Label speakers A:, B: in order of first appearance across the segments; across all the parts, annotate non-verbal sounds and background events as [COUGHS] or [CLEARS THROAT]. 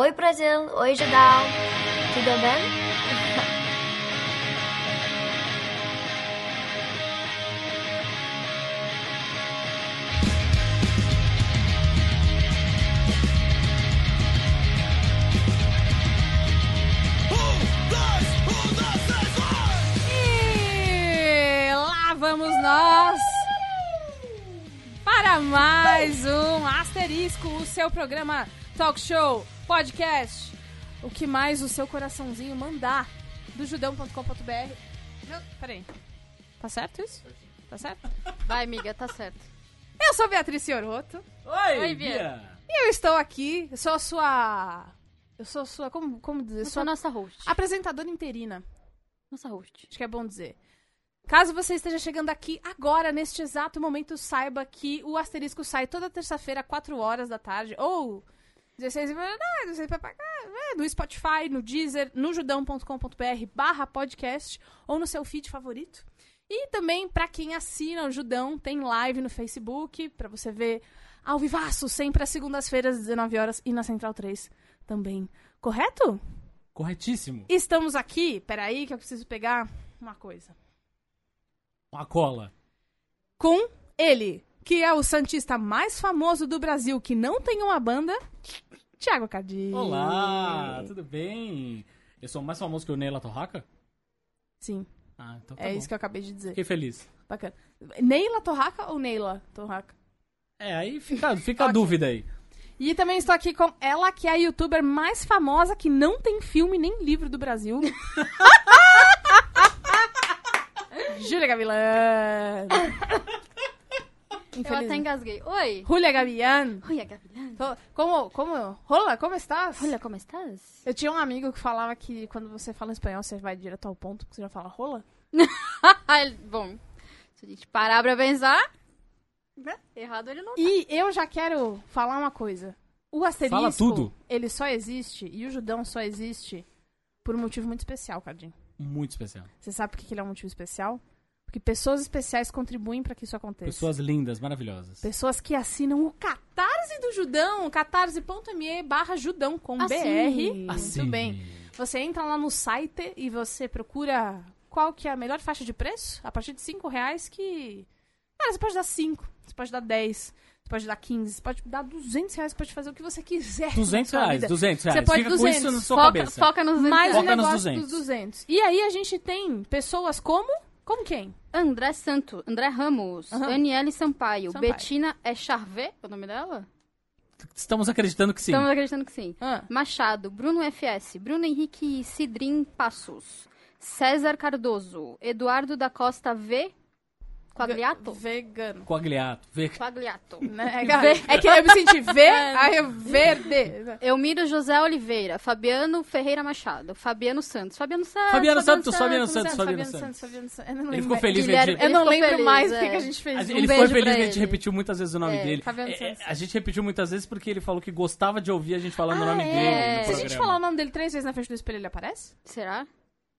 A: Oi, Brasil. Oi, Judal. Tudo bem?
B: E lá vamos nós para mais um Asterisco, o seu programa talk show, podcast, o que mais o seu coraçãozinho mandar do judão.com.br. Meu, peraí, tá certo isso? Tá certo?
C: Vai, amiga, tá certo.
B: Eu sou Beatriz Fioroto
D: Oi,
C: Oi, Bia.
D: Bia.
B: e eu estou aqui, eu sou a sua... Eu sou a sua... Como, como dizer?
C: Eu sou a nossa host.
B: apresentadora interina.
C: Nossa host.
B: Acho que é bom dizer. Caso você esteja chegando aqui agora, neste exato momento, saiba que o asterisco sai toda terça-feira, 4 horas da tarde, ou 16 e ah, não sei pra pagar, é, no Spotify, no Deezer, no judão.com.br barra podcast, ou no seu feed favorito. E também, pra quem assina o Judão, tem live no Facebook, pra você ver ao vivaço, sempre às segundas-feiras, 19 horas, e na Central 3 também. Correto?
D: Corretíssimo.
B: Estamos aqui, peraí que eu preciso pegar uma coisa.
D: Uma cola.
B: Com ele, que é o santista mais famoso do Brasil que não tem uma banda, Thiago Cadinho.
D: Olá, tudo bem? Eu sou mais famoso que o Neila Torraca?
B: Sim,
D: Ah, então tá
B: é
D: bom.
B: isso que eu acabei de dizer.
D: Fiquei feliz.
B: Bacana. Neila Torraca ou Neila Torraca?
D: É, aí
B: [LAUGHS]
D: fica, fica a
B: Ótimo.
D: dúvida aí.
B: E também estou aqui com ela, que é a youtuber mais famosa que não tem filme nem livro do Brasil. [LAUGHS] Júlia Gavilan.
C: Eu até
B: Infelizmente.
C: engasguei. Oi.
B: Júlia Gavilan.
C: Oi, Gabriela.
B: Tô- Como, como, rola, como estás?
C: Olha, como estás?
B: Eu tinha um amigo que falava que quando você fala espanhol, você vai direto ao ponto, que você já fala rola.
C: [LAUGHS] Ele- Bom, se a gente parar pra pensar, né? errado ele não.
B: E eu já quero falar uma coisa. O asterisco,
D: Fala tudo.
B: ele só existe, e o judão só existe, por um motivo muito especial, Cadinho.
D: Muito especial.
B: Você sabe por que que ele é um motivo especial? Porque pessoas especiais contribuem pra que isso aconteça.
D: Pessoas lindas, maravilhosas.
B: Pessoas que assinam o Catarse do Judão, catarse.me barra judão com
C: Assine.
B: BR. Muito bem. Você entra lá no site e você procura qual que é a melhor faixa de preço. A partir de 5 reais que... Cara, você pode dar 5, você pode dar 10, você pode dar 15, você pode dar 200 reais, você pode fazer o que você quiser. na
D: 200
B: sua
D: reais,
B: vida.
D: 200 reais.
B: Você pode
D: fica com
B: 200,
D: isso na sua
C: Foca,
D: cabeça.
C: foca nos
B: Mais o
D: Foca nos
B: negócio
D: 200.
B: dos 200. E aí a gente tem pessoas como... Como quem?
C: André Santo, André Ramos,
B: Aham.
C: Daniele Sampaio,
B: Sampaio.
C: Betina é Charvet, o nome dela?
D: Estamos acreditando que sim.
C: Estamos acreditando que sim.
B: Ah,
C: Machado, Bruno FS, Bruno Henrique Cidrim Passos, César Cardoso, Eduardo da Costa V. Quagliato?
B: Vegano.
D: Coagliato. Vê...
C: Quagliato. [LAUGHS]
B: Né? É, que- é que eu me senti V, aí eu verde.
C: Elmiro José Oliveira, Fabiano Ferreira Machado, Fabiano Santos. Fabiano Santos.
D: Fabiano Santos, Fabiano Santos,
B: Fabiano
D: Fabiano
B: Ah, Santos,
D: Santos.
B: Fabiano Santos. Eu não
D: Ele
B: lembro.
D: ficou feliz, né?
C: Guilherme-
D: de-
B: Eu não
C: Ele ficou
B: lembro
C: feliz,
B: mais o
C: é.
B: que que a gente fez.
D: Ele
B: Um
D: foi
B: beijo
D: feliz que
B: pra
D: a gente
B: ele.
D: repetiu muitas vezes o nome
C: É,
D: dele.
B: Fabiano
D: É,
B: Santos.
D: a gente repetiu muitas vezes porque ele falou que gostava de ouvir a gente falando o nome
B: Ah,
D: dele.
B: é.
D: no
B: Se a gente
D: programa.
B: falar o nome dele três vezes na frente do espelho, ele aparece?
C: Será?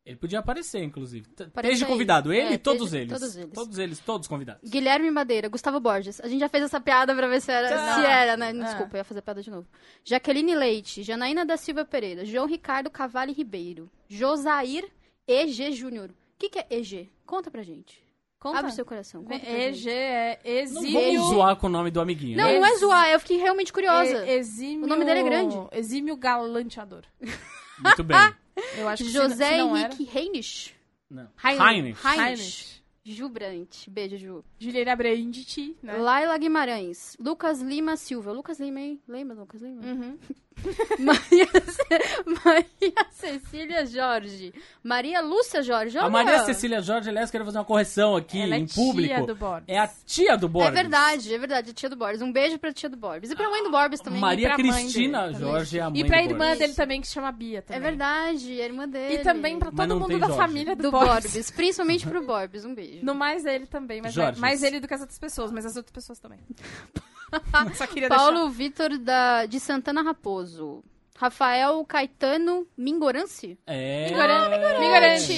D: Ele podia aparecer, inclusive. T-
C: Aparece
D: Desde
C: aí.
D: convidado.
C: É,
D: Ele e
C: desde-
D: todos eles.
C: todos eles.
D: Todos eles, todos convidados.
C: Guilherme Madeira, Gustavo Borges. A gente já fez essa piada pra ver se era,
B: Tá.
C: se era né?
B: Ah.
C: Desculpa, eu ia fazer a piada de novo. Jaqueline Leite, Janaína da Silva Pereira, João Ricardo Cavalli Ribeiro, Josair EG Júnior. O que, que é EG? Conta pra gente.
B: Conta.
C: Abre seu coração. Conta pra
B: EG
C: gente.
B: é
D: Não
B: exímio...
D: vamos zoar com o nome do amiguinho.
C: Não,
D: né?
C: não é zoar, eu fiquei realmente curiosa.
B: e- exímio...
C: O nome dele é grande.
B: Exímio galanteador.
D: Muito bem.
B: Ah! Eu acho que se
C: José
B: não- se não era-
C: Henrique Heinrich.
D: Não.
B: Heinrich.
D: Heinrich.
C: Heinrich. Jubrante. Beijo, Ju.
B: Juliana Branditi, né?
C: Laila Guimarães. Lucas Lima Silva. Lucas Lima, hein? Lembra do Lucas Lima?
B: Uhum.
C: [LAUGHS] Maria, Ce- Maria Cecília Jorge. Maria Lúcia Jorge.
D: A
C: olha!
D: Maria Cecília Jorge, aliás, quero fazer uma correção aqui
B: Ela é
D: em
B: tia
D: público.
B: do Borbs.
D: É a tia do
C: É
D: Borbes.
C: verdade, é verdade. A tia do Borbes. Um beijo pra tia do Borbes. E pra mãe do Borbes também.
D: Maria
B: pra mãe
D: Cristina
B: dele,
D: Jorge é a mãe
B: E pra
D: do
B: irmã
D: Borbes.
B: dele também, que se chama Bia
C: É
B: também.
C: verdade, é irmã dele.
B: E também pra
D: Mas
B: todo
D: não
B: mundo
D: tem
B: da
D: Jorge.
B: família do,
C: do
B: Borbs.
C: Borbes. Principalmente pro Borbes. Um beijo.
B: No mais ele também, mas é
D: Jorges.
B: mais ele do que as outras pessoas, mas as outras pessoas
C: [LAUGHS]
B: também. Só queria
C: Paulo Vitor da, de Santana Raposo. Rafael Caetano Mingorance?
D: É.
B: Migorante, migorante.
C: Mingorante,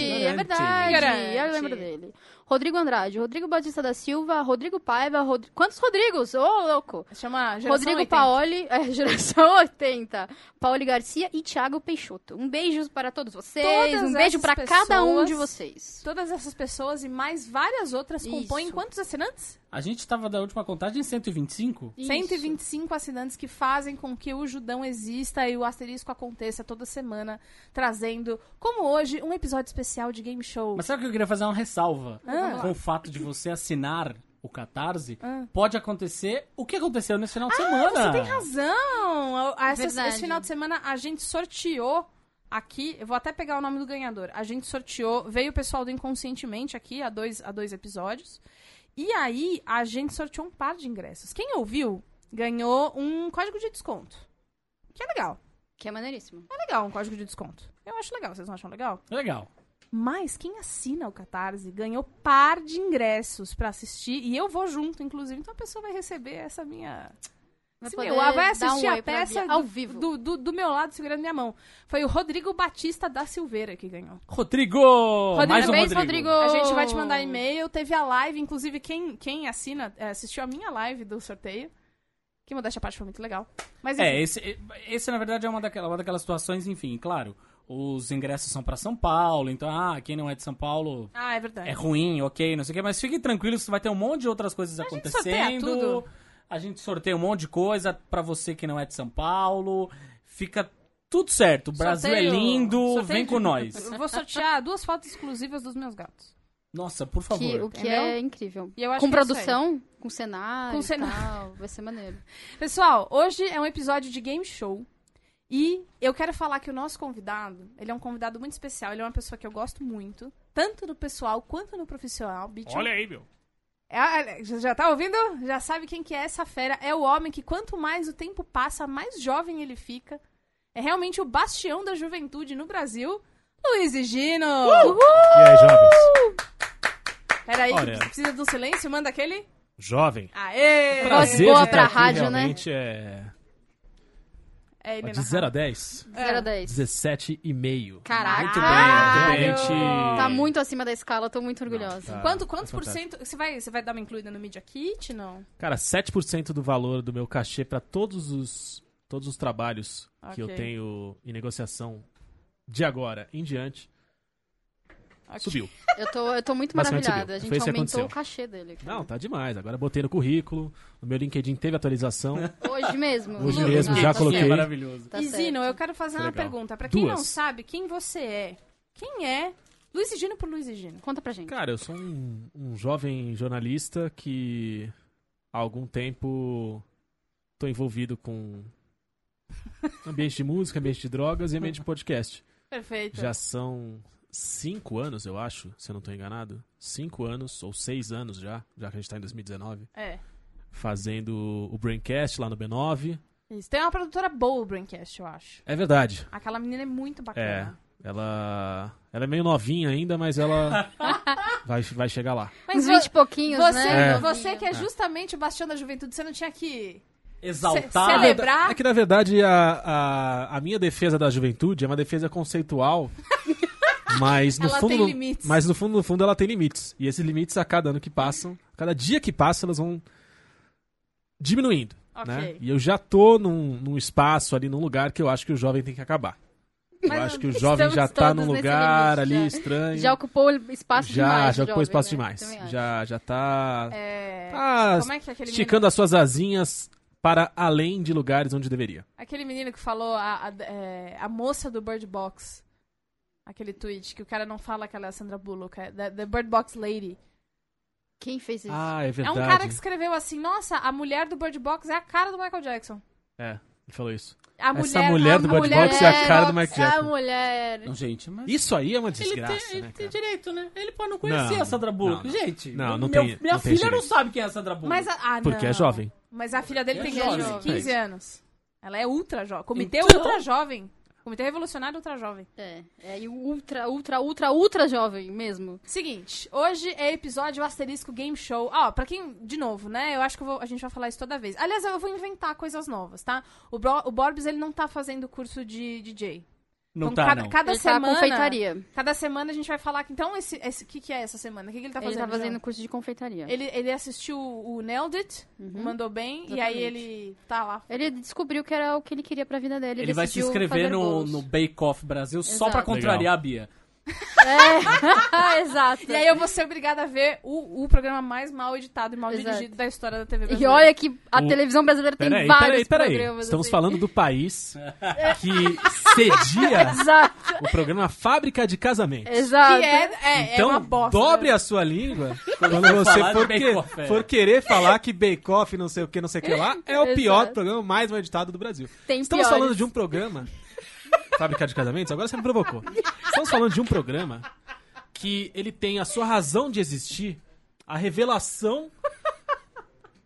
C: Ah, é verdade.
B: Mingorante.
C: Eu lembro dele. Rodrigo Andrade, Rodrigo Batista da Silva, Rodrigo Paiva, Rodri- quantos Rodrigos? Ô, louco!
B: Chama geração
C: Rodrigo
B: 80.
C: Paoli, [LAUGHS] é, geração 80, Paoli Garcia e Thiago Peixoto. Um beijo para todos vocês,
B: Todas
C: um beijo
B: essas
C: para cada um de
B: pessoas-
C: vocês.
B: Todas essas pessoas e mais várias outras
C: Isso.
B: compõem quantos assinantes?
D: A gente tava da última contagem em 125?
C: Isso.
B: 125 assinantes que fazem com que o Judão exista e o Asterisco aconteça toda semana, trazendo, como hoje, um episódio especial de game show.
D: Mas sabe que eu queria fazer uma ressalva?
B: Ah.
D: Com o fato de você assinar o Catarse,
B: Ah.
D: pode acontecer o que aconteceu nesse final de semana.
B: Você tem razão! Essa-
C: Verdade.
B: esse final de semana a gente sorteou aqui, eu vou até pegar o nome do ganhador. A gente sorteou, veio o pessoal do Inconscientemente aqui, há dois, há dois episódios. E aí a gente sorteou um par de ingressos. Quem ouviu ganhou um código de desconto. Que é legal.
C: Que é maneiríssimo.
B: É legal um código de desconto. Eu acho legal, vocês não acham legal?
D: Legal.
B: Mas quem assina o Catarse ganhou par de ingressos pra assistir e eu vou junto, inclusive. Então a pessoa vai receber essa minha.
C: Vai
B: Esse
C: poder
B: meu- ah, vai
C: dar
B: assistir
C: um
B: a
C: oi pra
B: peça
C: Bia ao
B: do-
C: vivo.
B: Do, do, do meu lado, segurando minha mão. Foi o Rodrigo Batista da Silveira que ganhou.
D: Rodrigo!
B: Rodrigo,
D: Mais um
C: Parabéns,
D: Rodrigo.
C: Oh.
B: A gente vai te mandar e-mail. Teve a live, inclusive, quem, quem assina, eh, assistiu a minha live do sorteio. Que modéstia à parte foi muito legal. Mas enfim,
D: É, esse, esse na verdade é uma daquela- uma daquelas situações, enfim, claro. Os ingressos são pra São Paulo, então, ah, quem não é de São Paulo
B: Ah, é verdade.
D: é ruim, ok, não sei o quê, mas fiquem tranquilos, vai ter um monte de outras coisas
B: gente
D: acontecendo.
B: sorteia tudo.
D: A gente sorteia um monte de coisa pra você que não é de São Paulo. Fica tudo certo. O Brasil
B: Sorteio-
D: é lindo,
B: sorteio
D: vem
B: de-
D: com nós.
B: [LAUGHS] Eu vou sortear duas fotos exclusivas dos meus gatos.
D: Nossa, por favor.
C: Que, o que
B: Entendeu?
C: é incrível.
B: E eu acho
C: com
B: que é isso aí.
C: produção, com cenário,
B: Com
C: com
B: cenário.
C: Tal, vai ser maneiro.
B: Pessoal, hoje é um episódio de game show. E eu quero falar que o nosso convidado, ele é um convidado muito especial, ele é uma pessoa que eu gosto muito, tanto no pessoal quanto no profissional. Bicho,
D: aí, meu.
B: É a- já já tá ouvindo? Já sabe quem que é essa fera? É o homem que quanto mais o tempo passa, mais jovem ele fica. É realmente o bastião da juventude no Brasil. Luiz e Gino!
E: E aí, jovens?
B: Peraí, que
E: Olha.
B: precisa do silêncio? Manda aquele?
E: Jovem.
B: Aê!
C: Prazer.
E: de
C: boa
E: estar
C: pra
E: aqui,
C: rádio,
E: realmente é...
B: É
E: ó,
B: ele
E: De 0 a 10,
B: É.
C: 0 a 10.
E: 17,5.
C: Caraca.
D: Muito
B: Caralho!
D: bem, muito bem.
C: Tá muito acima da escala, eu tô muito orgulhosa.
E: Não, tá.
B: Quanto, quantos
E: É
B: por
E: fantástico.
B: cento? Você vai, você vai dar uma incluída no Media Kit? Não.
E: Cara, 7% do valor do meu cachê pra todos os, todos os trabalhos que eu
B: Ok.
E: tenho em negociação de agora em diante,
B: Ok.
E: subiu.
C: Eu, tô, eu tô muito
E: Basicamente
C: maravilhada. A
E: subiu.
C: gente
E: tá. Foi isso que
C: aumentou
E: aconteceu.
C: o cachê dele. cara.
E: Não, tá demais. Agora botei no currículo, no meu LinkedIn teve
B: [LAUGHS]
E: atualização.
C: Hoje mesmo.
E: Hoje
C: Não,
E: mesmo,
C: tá
E: já
C: certo.
E: coloquei.
D: É Maravilhoso.
C: Tá
B: e Zino,
C: certo.
B: eu quero fazer uma
E: Legal.
B: pergunta. Pra quem não
E: Duas.
B: sabe quem você é, quem é Luiz e Gino por Luiz e Gino?
C: Conta pra gente.
E: Cara, eu sou um, um jovem jornalista que há algum tempo tô envolvido
B: [LAUGHS]
E: com ambiente de música, ambiente de drogas e ambiente de podcast.
B: Perfeito.
E: Já são cinco anos, eu acho, se eu não tô enganado. Cinco anos, ou seis anos já, já que a gente tá em 2019,
B: É.
E: fazendo o Braincast lá no B9.
B: Isso. Tem uma produtora boa, o Braincast, eu acho.
E: É verdade.
B: Aquela menina é muito bacana.
E: Ela. Ela é meio novinha ainda,
B: [LAUGHS]
E: mas ela vai, vai chegar lá.
B: Mas
C: Uns
B: vo-
C: 20 e pouquinhos,
B: você,
C: né?
E: É.
B: você que é justamente o bastião da juventude, você não tinha que.
D: Exaltar.
B: Cele- Celebrar.
E: É que na verdade a, a, a minha defesa da juventude é uma
B: [LAUGHS]
E: defesa conceitual. Mas no,
B: Ela
E: fundo,
B: tem
E: no-
B: limites.
E: mas no fundo, no fundo, ela tem limites. E esses limites, a cada ano que passam, a cada dia que passa, elas vão diminuindo.
B: Ok.
E: Né? E eu já tô num, num espaço ali, num lugar que eu acho que o jovem tem que acabar.
B: Mas
E: eu acho que o
C: estamos
E: jovem já tá
C: todos
E: num
C: nesse
E: lugar
C: limite,
E: ali
C: já.
E: estranho.
C: É. Já ocupou espaço
E: já,
C: demais.
E: já
C: jovem,
E: ocupou espaço
C: né? Também
E: demais.
C: acho.
E: Já, já tá,
B: É,
E: tá
B: Como é que é aquele menino,
E: esticando as suas asinhas para além de lugares onde deveria.
B: aquele menino que falou a, a, é, a moça do Bird Box? Aquele tweet que o cara não fala que ela é a Sandra Bullock, é The, the Bird Box Lady.
C: Quem fez isso?
E: Ah, é verdade.
B: É um cara que escreveu assim: Nossa, a mulher do Bird Box é a cara do Michael Jackson.
E: É, ele falou isso.
B: A
E: Essa
B: mulher,
E: mulher
B: a,
E: do
B: a
E: Bird
B: mulher
E: Box é a cara do
B: Bird Box.
E: Michael Jackson.
C: A mulher.
D: Não, gente, mas...
E: Isso aí é uma
D: né? Ele,
E: desgraça,
D: tem, ele
E: né,
D: tem
E: cara?
D: direito, né? Ele pode não conhecer
E: Não,
D: a Sandra Bullock.
E: não, não.
D: Gente,
E: Não, não
D: meu-
E: tem-
D: minha
E: não tem
D: filha não
E: direito.
D: sabe quem é a Sandra Bullock.
B: Mas a, ah,
E: Porque é
B: não.
E: jovem.
B: Mas a filha dele
D: É
B: tem
D: jovem.
B: 15, 15
E: É
B: anos. Ela é ultra jovem. Comitê
D: Então-
B: ultra jovem. Comitê revolucionário ultra jovem.
C: É, é e o ultra, ultra, ultra, ultra jovem mesmo.
B: Seguinte, hoje é episódio Asterisco Game Show. Ó, pra quem, de novo, né? Eu acho que eu vou- a gente vai falar isso toda vez. Aliás, eu vou inventar coisas novas, tá? O, Bro- o Borbs, ele não tá fazendo curso de DJ.
D: Não
B: então,
D: tá,
B: cada,
D: não.
B: cada
C: Ele tá na
B: semana.
C: confeitaria.
B: cada semana a gente vai falar. que- Então, esse. O esse, que, que é essa semana? O que, que ele tá
C: Ele
B: fazendo?
C: tá
B: João?
C: fazendo curso de confeitaria.
B: Ele, ele assistiu o Nailed It, mandou bem, e aí
C: Uhum. Exatamente.
B: ele tá lá.
C: Ele descobriu que era o que ele queria pra vida dele.
D: Ele vai se
C: decidiu
D: inscrever
C: fazer
D: no,
C: bolos.
D: no Bake Off Brasil só pra
C: Exato.
D: contrariar a Bia.
C: ah, [LAUGHS] exato.
B: E aí eu vou ser obrigada a ver o, o programa mais mal editado e mal
C: Exato.
B: dirigido da história da TV
C: E
B: brasileira.
C: olha que a
E: O-
C: televisão brasileira tem
E: Peraí,
C: vários
E: peraí, peraí.
C: programas.
E: Estamos
C: assim.
E: falando do país que
C: [LAUGHS]
E: cedia
C: Exato,
E: o programa Fábrica de Casamento.
C: exato.
B: Que é, é,
E: Então,
B: é uma bosta.
E: dobre a
D: [LAUGHS]
E: sua língua quando
D: for
E: você
D: falar de
E: for,
D: Bake
E: que-
D: Off, é.
E: for querer falar que Bake Off, não sei o que, não sei o que lá, é o pior
C: Exato.
E: programa mais mal editado do Brasil.
C: Tem
E: Estamos
C: piores.
E: falando de um programa... Fabricar é de casamentos? Agora você me provocou. Estamos falando de um programa que ele tem a sua razão de existir, a revelação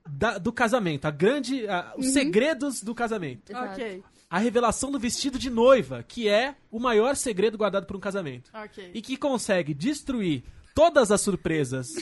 E: da- do casamento, a grande... a-
B: Uhum.
E: os segredos do casamento.
C: Exato.
B: Ok,
E: A revelação do vestido de noiva, que é o maior segredo guardado por um casamento
B: ok.
E: e que consegue destruir todas as surpresas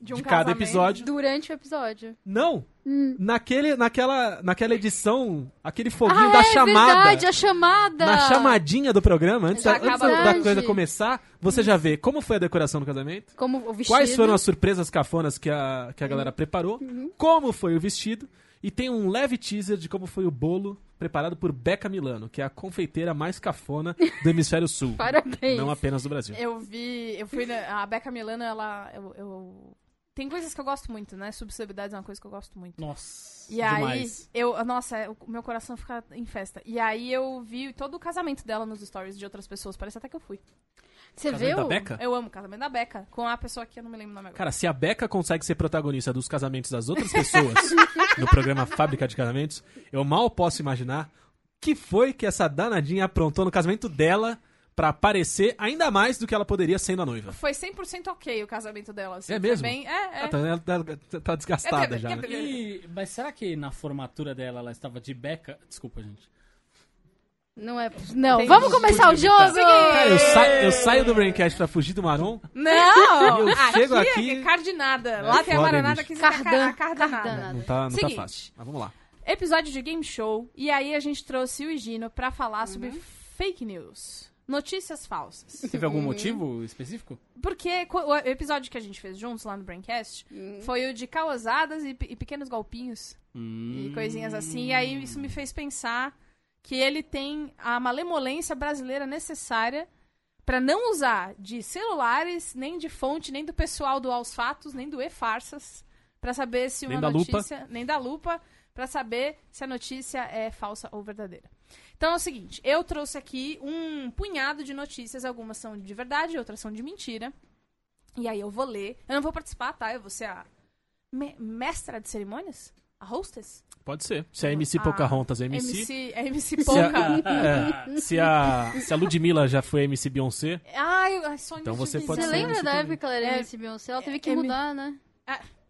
E: de,
B: um
E: cada
B: casamento.
E: episódio.
C: Durante o episódio.
E: Não!
C: Hum.
E: Naquele, naquela, naquela edição, aquele foguinho
C: Ah,
E: da
C: é
E: chamada.
C: verdade, a chamada.
E: Na chamadinha do programa, antes, da,
B: Já acaba
E: antes da- da
C: hoje.
E: coisa começar, você já vê como foi a decoração do casamento,
C: Como o vestido. Uhum.
E: quais foram as surpresas cafonas que a, que a galera preparou, como foi o vestido, e tem um leve teaser de como foi o bolo preparado por Becca Milano, que é a confeiteira mais cafona
C: [LAUGHS]
E: do Hemisfério Sul.
C: Parabéns. É,
E: Não apenas do Brasil.
B: Eu vi, eu fui, na- a Becca Milano, ela, eu, eu- tem coisas que eu gosto muito, né? Subcelebridades é uma coisa que eu gosto muito.
D: Nossa,
B: E
D: demais.
B: aí, eu, nossa, é, o meu coração fica em festa. E aí eu vi todo o casamento dela nos stories de outras pessoas, parece até que eu fui.
C: Você
D: Casamento
C: viu?
D: da
E: Tá.
D: Beca?
B: Eu amo o casamento da Becca, com a pessoa que eu não me lembro o nome agora.
E: Cara, se a Beca consegue ser protagonista dos casamentos das
B: [LAUGHS]
E: outras pessoas no programa Fábrica de Casamentos, eu mal posso imaginar o que foi que essa danadinha aprontou no casamento dela pra aparecer ainda mais do que ela poderia sendo a noiva.
B: Foi 100% ok o casamento dela. assim,
E: É
B: foi
E: mesmo?
B: Bem, é, é.
E: Ela tá, ela tá- tá desgastada
B: É,
E: já, né?
B: é, é,
D: E- mas será que na formatura dela ela estava de beca? Desculpa, gente.
C: Não é. Não.
B: Tem
C: Vamos
B: disputa
C: começar o jogo!
E: Cara, eu, sa- eu saio do Braincast pra fugir do Maron.
B: Não!
E: Eu chego
B: aqui,
E: aqui-
B: é cardinada. Lá tem a
E: foda, hein,
B: maranada
E: bicho?
B: que tá
C: Cardan-
B: ca- cardanada.
C: Cardana.
E: Não tá, não tá
B: Seguinte.
E: fácil. Mas vamos lá.
B: Episódio de game show. E aí a gente trouxe o Higino pra falar sobre fake news. Notícias falsas.
D: Teve algum motivo específico?
B: Porque co- o episódio que a gente fez juntos lá no Braincast foi o de causadas e, pe- e pequenos golpinhos e
E: Hum.
B: coisinhas assim. E aí isso me fez pensar que ele tem a malemolência brasileira necessária pra não usar de celulares, nem de fonte, nem do pessoal do Aos Fatos, nem do E-Farsas, pra saber se
E: Nem
B: uma
E: da lupa.
B: notícia... Nem da lupa. Pra saber se a notícia é falsa ou verdadeira. Então é o seguinte, eu trouxe aqui um punhado de notícias, algumas são de verdade, outras são de mentira. E aí eu vou ler. Eu não vou participar, tá? Eu vou ser a me- mestra de cerimônias? A hostess?
E: Pode ser. Se a MC
B: Ah,
E: Pocahontas é MC.
B: MC, é MC
E: Se a,
B: Pouca.
E: é, se, a, se a Ludmilla já foi MC Beyoncé,
B: Ai, ai, sonho
E: Então
B: de
E: você
B: dizer.
E: pode
C: Você
E: ser
C: lembra
E: MC
C: da época que ela era
B: É.
C: MC Beyoncé? Ela teve que
B: É,
C: mudar, né?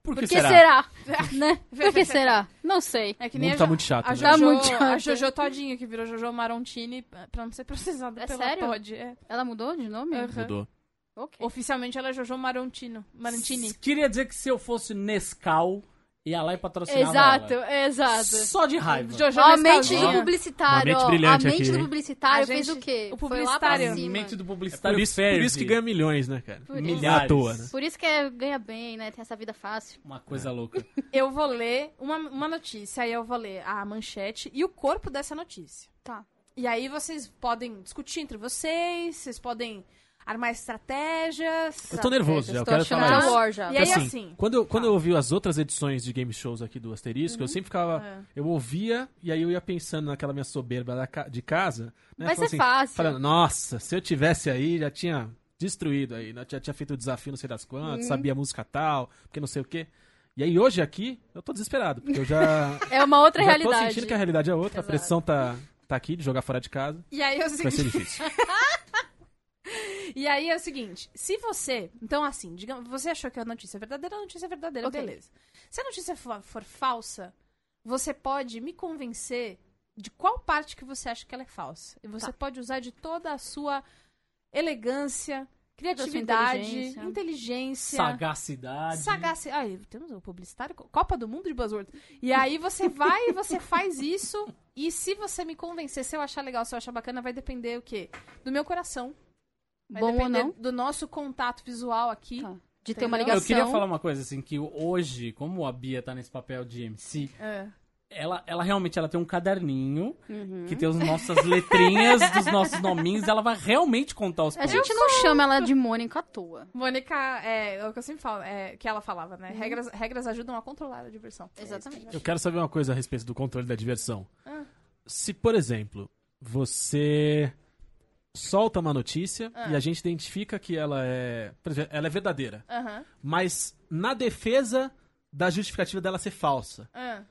D: Por que,
C: Por que
D: será?
C: será? [LAUGHS] né? Por que
B: Veja,
C: será? Não sei.
B: É que
E: O
B: nem
E: mundo
B: a,
E: tá
B: Jo-
E: muito chato,
B: A
E: né?
B: Jojo,
C: Tá muito chato.
B: a Jojo Todinho, que virou Jojo Marontini, pra não ser [LAUGHS] processada
C: É
B: pela
C: sério?
B: Todd. é.
C: Ela mudou de nome?
B: Aham.
E: mudou.
C: Ok.
B: Oficialmente ela é Jojo Marontino. Marantini.
D: Queria dizer que se eu fosse Nescau, ia lá e patrocinava
C: Exato,
D: ela.
C: exato.
D: Só de raiva.
B: Jojo
C: Ó, a mente
B: Nescauzinha.
C: do publicitário,
E: Uma mente
C: ó.
E: brilhante
C: a mente
E: aqui,
C: do
E: hein?
C: publicitário
B: A
C: fez
B: gente-
C: o quê?
B: o
C: Foi um lá pra
B: publicitário.
D: A
C: cima.
D: mente do publicitário
E: É Por isso,
D: ferve.
E: por isso que ganha milhões, né, cara?
C: Por isso.
D: milhares.
E: Não é à toa, né?
C: Por isso que é, ganha bem, né? Tem essa vida fácil.
D: Uma coisa louca.
B: Eu vou ler uma, uma notícia, aí eu vou ler a manchete e o corpo dessa notícia.
C: Tá.
B: E aí vocês podem discutir entre vocês, vocês podem armar estratégias.
E: Eu tô nervoso já, eu
C: Tô
E: quero
C: achando
E: falar
C: que é Tá.
E: isso.
C: war já.
B: E aí,
E: Porque,
B: assim,
E: quando eu, quando eu ouvi as outras edições de game shows aqui do Asterisco,
C: Uhum.
E: eu sempre ficava.
C: É.
E: Eu ouvia e aí eu ia pensando naquela minha soberba da ca- de casa.
B: é
E: Né,
C: Vai
E: falando
D: assim,
C: ser fácil.
E: Falando, nossa, se eu tivesse aí, já tinha destruído aí, né? já tinha feito o desafio não sei das
C: Uhum.
E: quantas, sabia a música tal, porque não sei o quê. E aí hoje aqui, eu tô desesperado, porque eu já.
C: É uma [LAUGHS] outra
E: já tô
C: realidade.
E: sentindo que a realidade é outra,
C: Exato.
E: a pressão tá, tá aqui de jogar fora de casa.
B: E aí é o
E: Vai ser
C: [LAUGHS]
B: seguinte,
E: difícil.
B: e aí é o seguinte, se você, então assim, digamos, você achou que a notícia é verdadeira, a notícia é verdadeira,
C: Ok.
B: beleza. Se a notícia for, for falsa, você pode me convencer de qual parte que você acha que ela é falsa. E você
C: Tá.
B: pode usar de toda a sua elegância, criatividade,
C: inteligência.
B: inteligência,
D: Sagacidade.
B: sagacidade. Aí, temos um publicitário, Copa do Mundo de Buzzwords. E aí você vai e você faz isso. E se você me convencer, se eu achar legal, se eu achar bacana, vai depender o quê? Do meu coração. Vai
C: Bom ou
B: depender
C: não?
B: do nosso contato visual aqui.
C: Tá. De ter uma
B: Entendeu?
C: ligação.
D: Eu queria falar uma coisa, assim, que hoje, como a Bia tá nesse papel de MC,
B: É.
D: ela, ela realmente ela tem um caderninho
C: Uhum.
D: que tem as nossas
B: Uhum. [LAUGHS]
D: letrinhas dos nossos nominhos. Ela vai realmente contar os
C: A
D: pontos.
C: gente não chama ela de Mônica à toa.
B: Mônica, é, é o que eu sempre falo, é, que ela falava, né? Regras, regras ajudam a controlar a diversão.
C: Exatamente.
E: Eu quero saber uma coisa a respeito do controle da diversão.
B: Ah.
E: Se, por exemplo, você solta uma notícia
B: Ah.
E: e a gente identifica que ela é, por exemplo, ela é verdadeira,
B: Aham.
E: mas na defesa da justificativa dela ser falsa,
B: ah.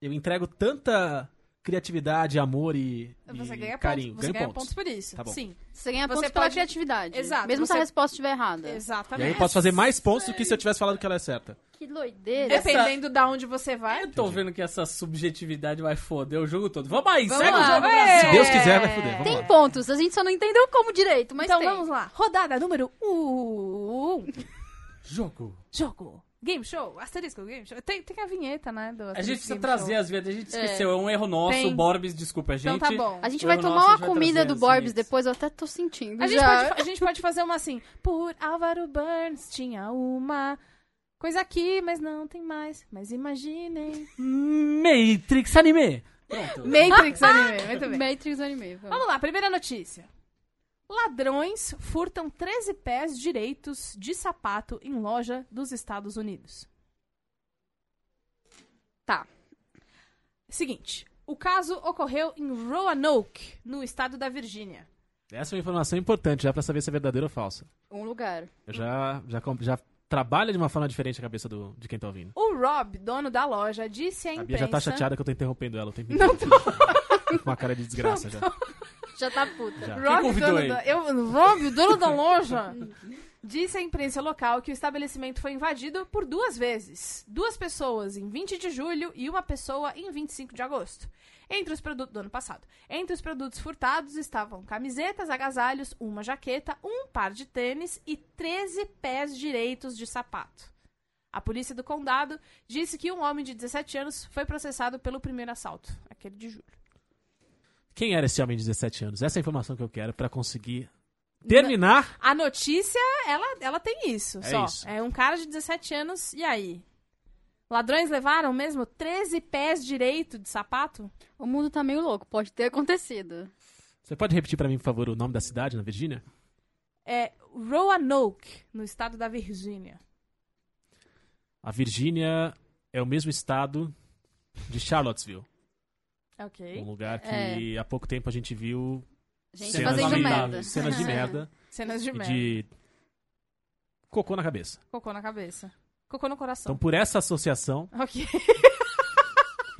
E: eu entrego tanta criatividade, amor e,
B: Você
E: e
B: ganha
E: carinho,
B: pontos. Você
E: ganho
B: ganha
E: pontos.
B: pontos. por isso.
E: Tá bom.
B: Sim.
C: Você ganha
B: Você
C: pontos pela
B: pode-
C: criatividade.
B: Exato,
C: Mesmo se a
B: você-
C: resposta estiver errada.
B: É.
E: E aí eu
B: Exatamente.
E: posso fazer mais pontos do que se eu tivesse falado que ela é certa.
C: Que doideira.
B: Dependendo da onde você
E: É,
B: vai.
D: Eu tô vendo que essa subjetividade vai foder o jogo todo. Vamos aí,
B: Vamos
D: segue
B: lá, É.
D: o jogo.
B: vai.
E: né? Se Deus quiser, vai fuder. Vamos
C: Tem
E: lá.
C: pontos, a gente só não entendeu como direito, mas
B: então
C: tem.
B: vamos lá. Rodada número 1.
D: Jogo.
B: Jogo. Game show. Asterisco, game show. Tem, tem a vinheta, né? Do
D: A
B: asterisco
D: gente precisa
B: game
D: trazer
B: show.
D: as vezes, a gente esqueceu, é, um erro nosso,
B: Tem.
D: o Borbes, desculpa a gente.
B: Então tá bom.
C: A gente
D: Eu,
C: vai
D: nossa,
C: tomar
D: a
C: uma
D: gente vai
C: comida
D: trazer
C: do
D: as
C: Borbs
D: mix.
C: depois, eu até tô sentindo.
B: A gente,
C: já.
B: pode, fa- a gente pode fazer uma assim. Por Álvaro Burns tinha uma coisa aqui, mas não tem mais. Mas imaginem.
D: Matrix Anime. Pronto.
C: né?
B: Matrix anime, muito bem.
C: Matrix Anime. vamos.
B: Vamos lá, primeira notícia. Ladrões furtam 13 pés direitos de sapato em loja dos Estados Unidos.
C: Tá.
B: Seguinte, o caso ocorreu em Roanoke, no estado da Virgínia.
E: Essa é uma informação importante já pra saber se é verdadeira ou falsa.
C: Um lugar.
E: Eu já, já, comp- já trabalha de uma forma diferente a cabeça do, de quem tá ouvindo.
B: O Rob, dono da loja, disse à
E: A
B: imprensa...
E: Bia já tá chateada que eu tô interrompendo ela o tempo inteiro. Com uma cara de desgraça já.
C: Já tá puta.
E: já.
D: Quem
B: Rob,
D: convidou
B: dono
D: ele?
B: da, eu, Rob, o dono da loja, disse à imprensa local que o estabelecimento foi invadido por duas vezes. Duas pessoas em 20 de julho e uma pessoa em 25 de agosto. Entre os produtos do ano passado. Entre os produtos furtados estavam camisetas, agasalhos, uma jaqueta, um par de tênis e 13 pés direitos de sapato. A polícia do condado disse que um homem de 17 anos foi processado pelo primeiro assalto, aquele de julho.
E: Quem era esse homem de 17 anos? Essa é a informação que eu quero pra conseguir terminar.
B: A notícia, ela, ela tem isso
E: É
B: só.
E: isso.
B: É um cara de 17 anos, e aí? Ladrões levaram mesmo 13 pés direito de sapato?
C: O mundo tá meio louco, pode ter acontecido.
E: Você pode repetir pra mim, por favor, o nome da cidade na Virgínia?
B: É Roanoke, no estado da Virgínia.
E: A Virgínia é o mesmo estado de Charlottesville.
B: Ok.
E: Um lugar que há pouco tempo a gente viu
C: Gente tá
D: Cenas
C: fazendo
D: lamentáveis.
C: merda. É. [LAUGHS]
E: cenas de merda
B: Cenas de
E: e
B: merda.
E: de cocô na cabeça.
B: Cocô na cabeça. Cocô no
E: Então,
B: coração.
E: por essa associação
B: [LAUGHS] Ok.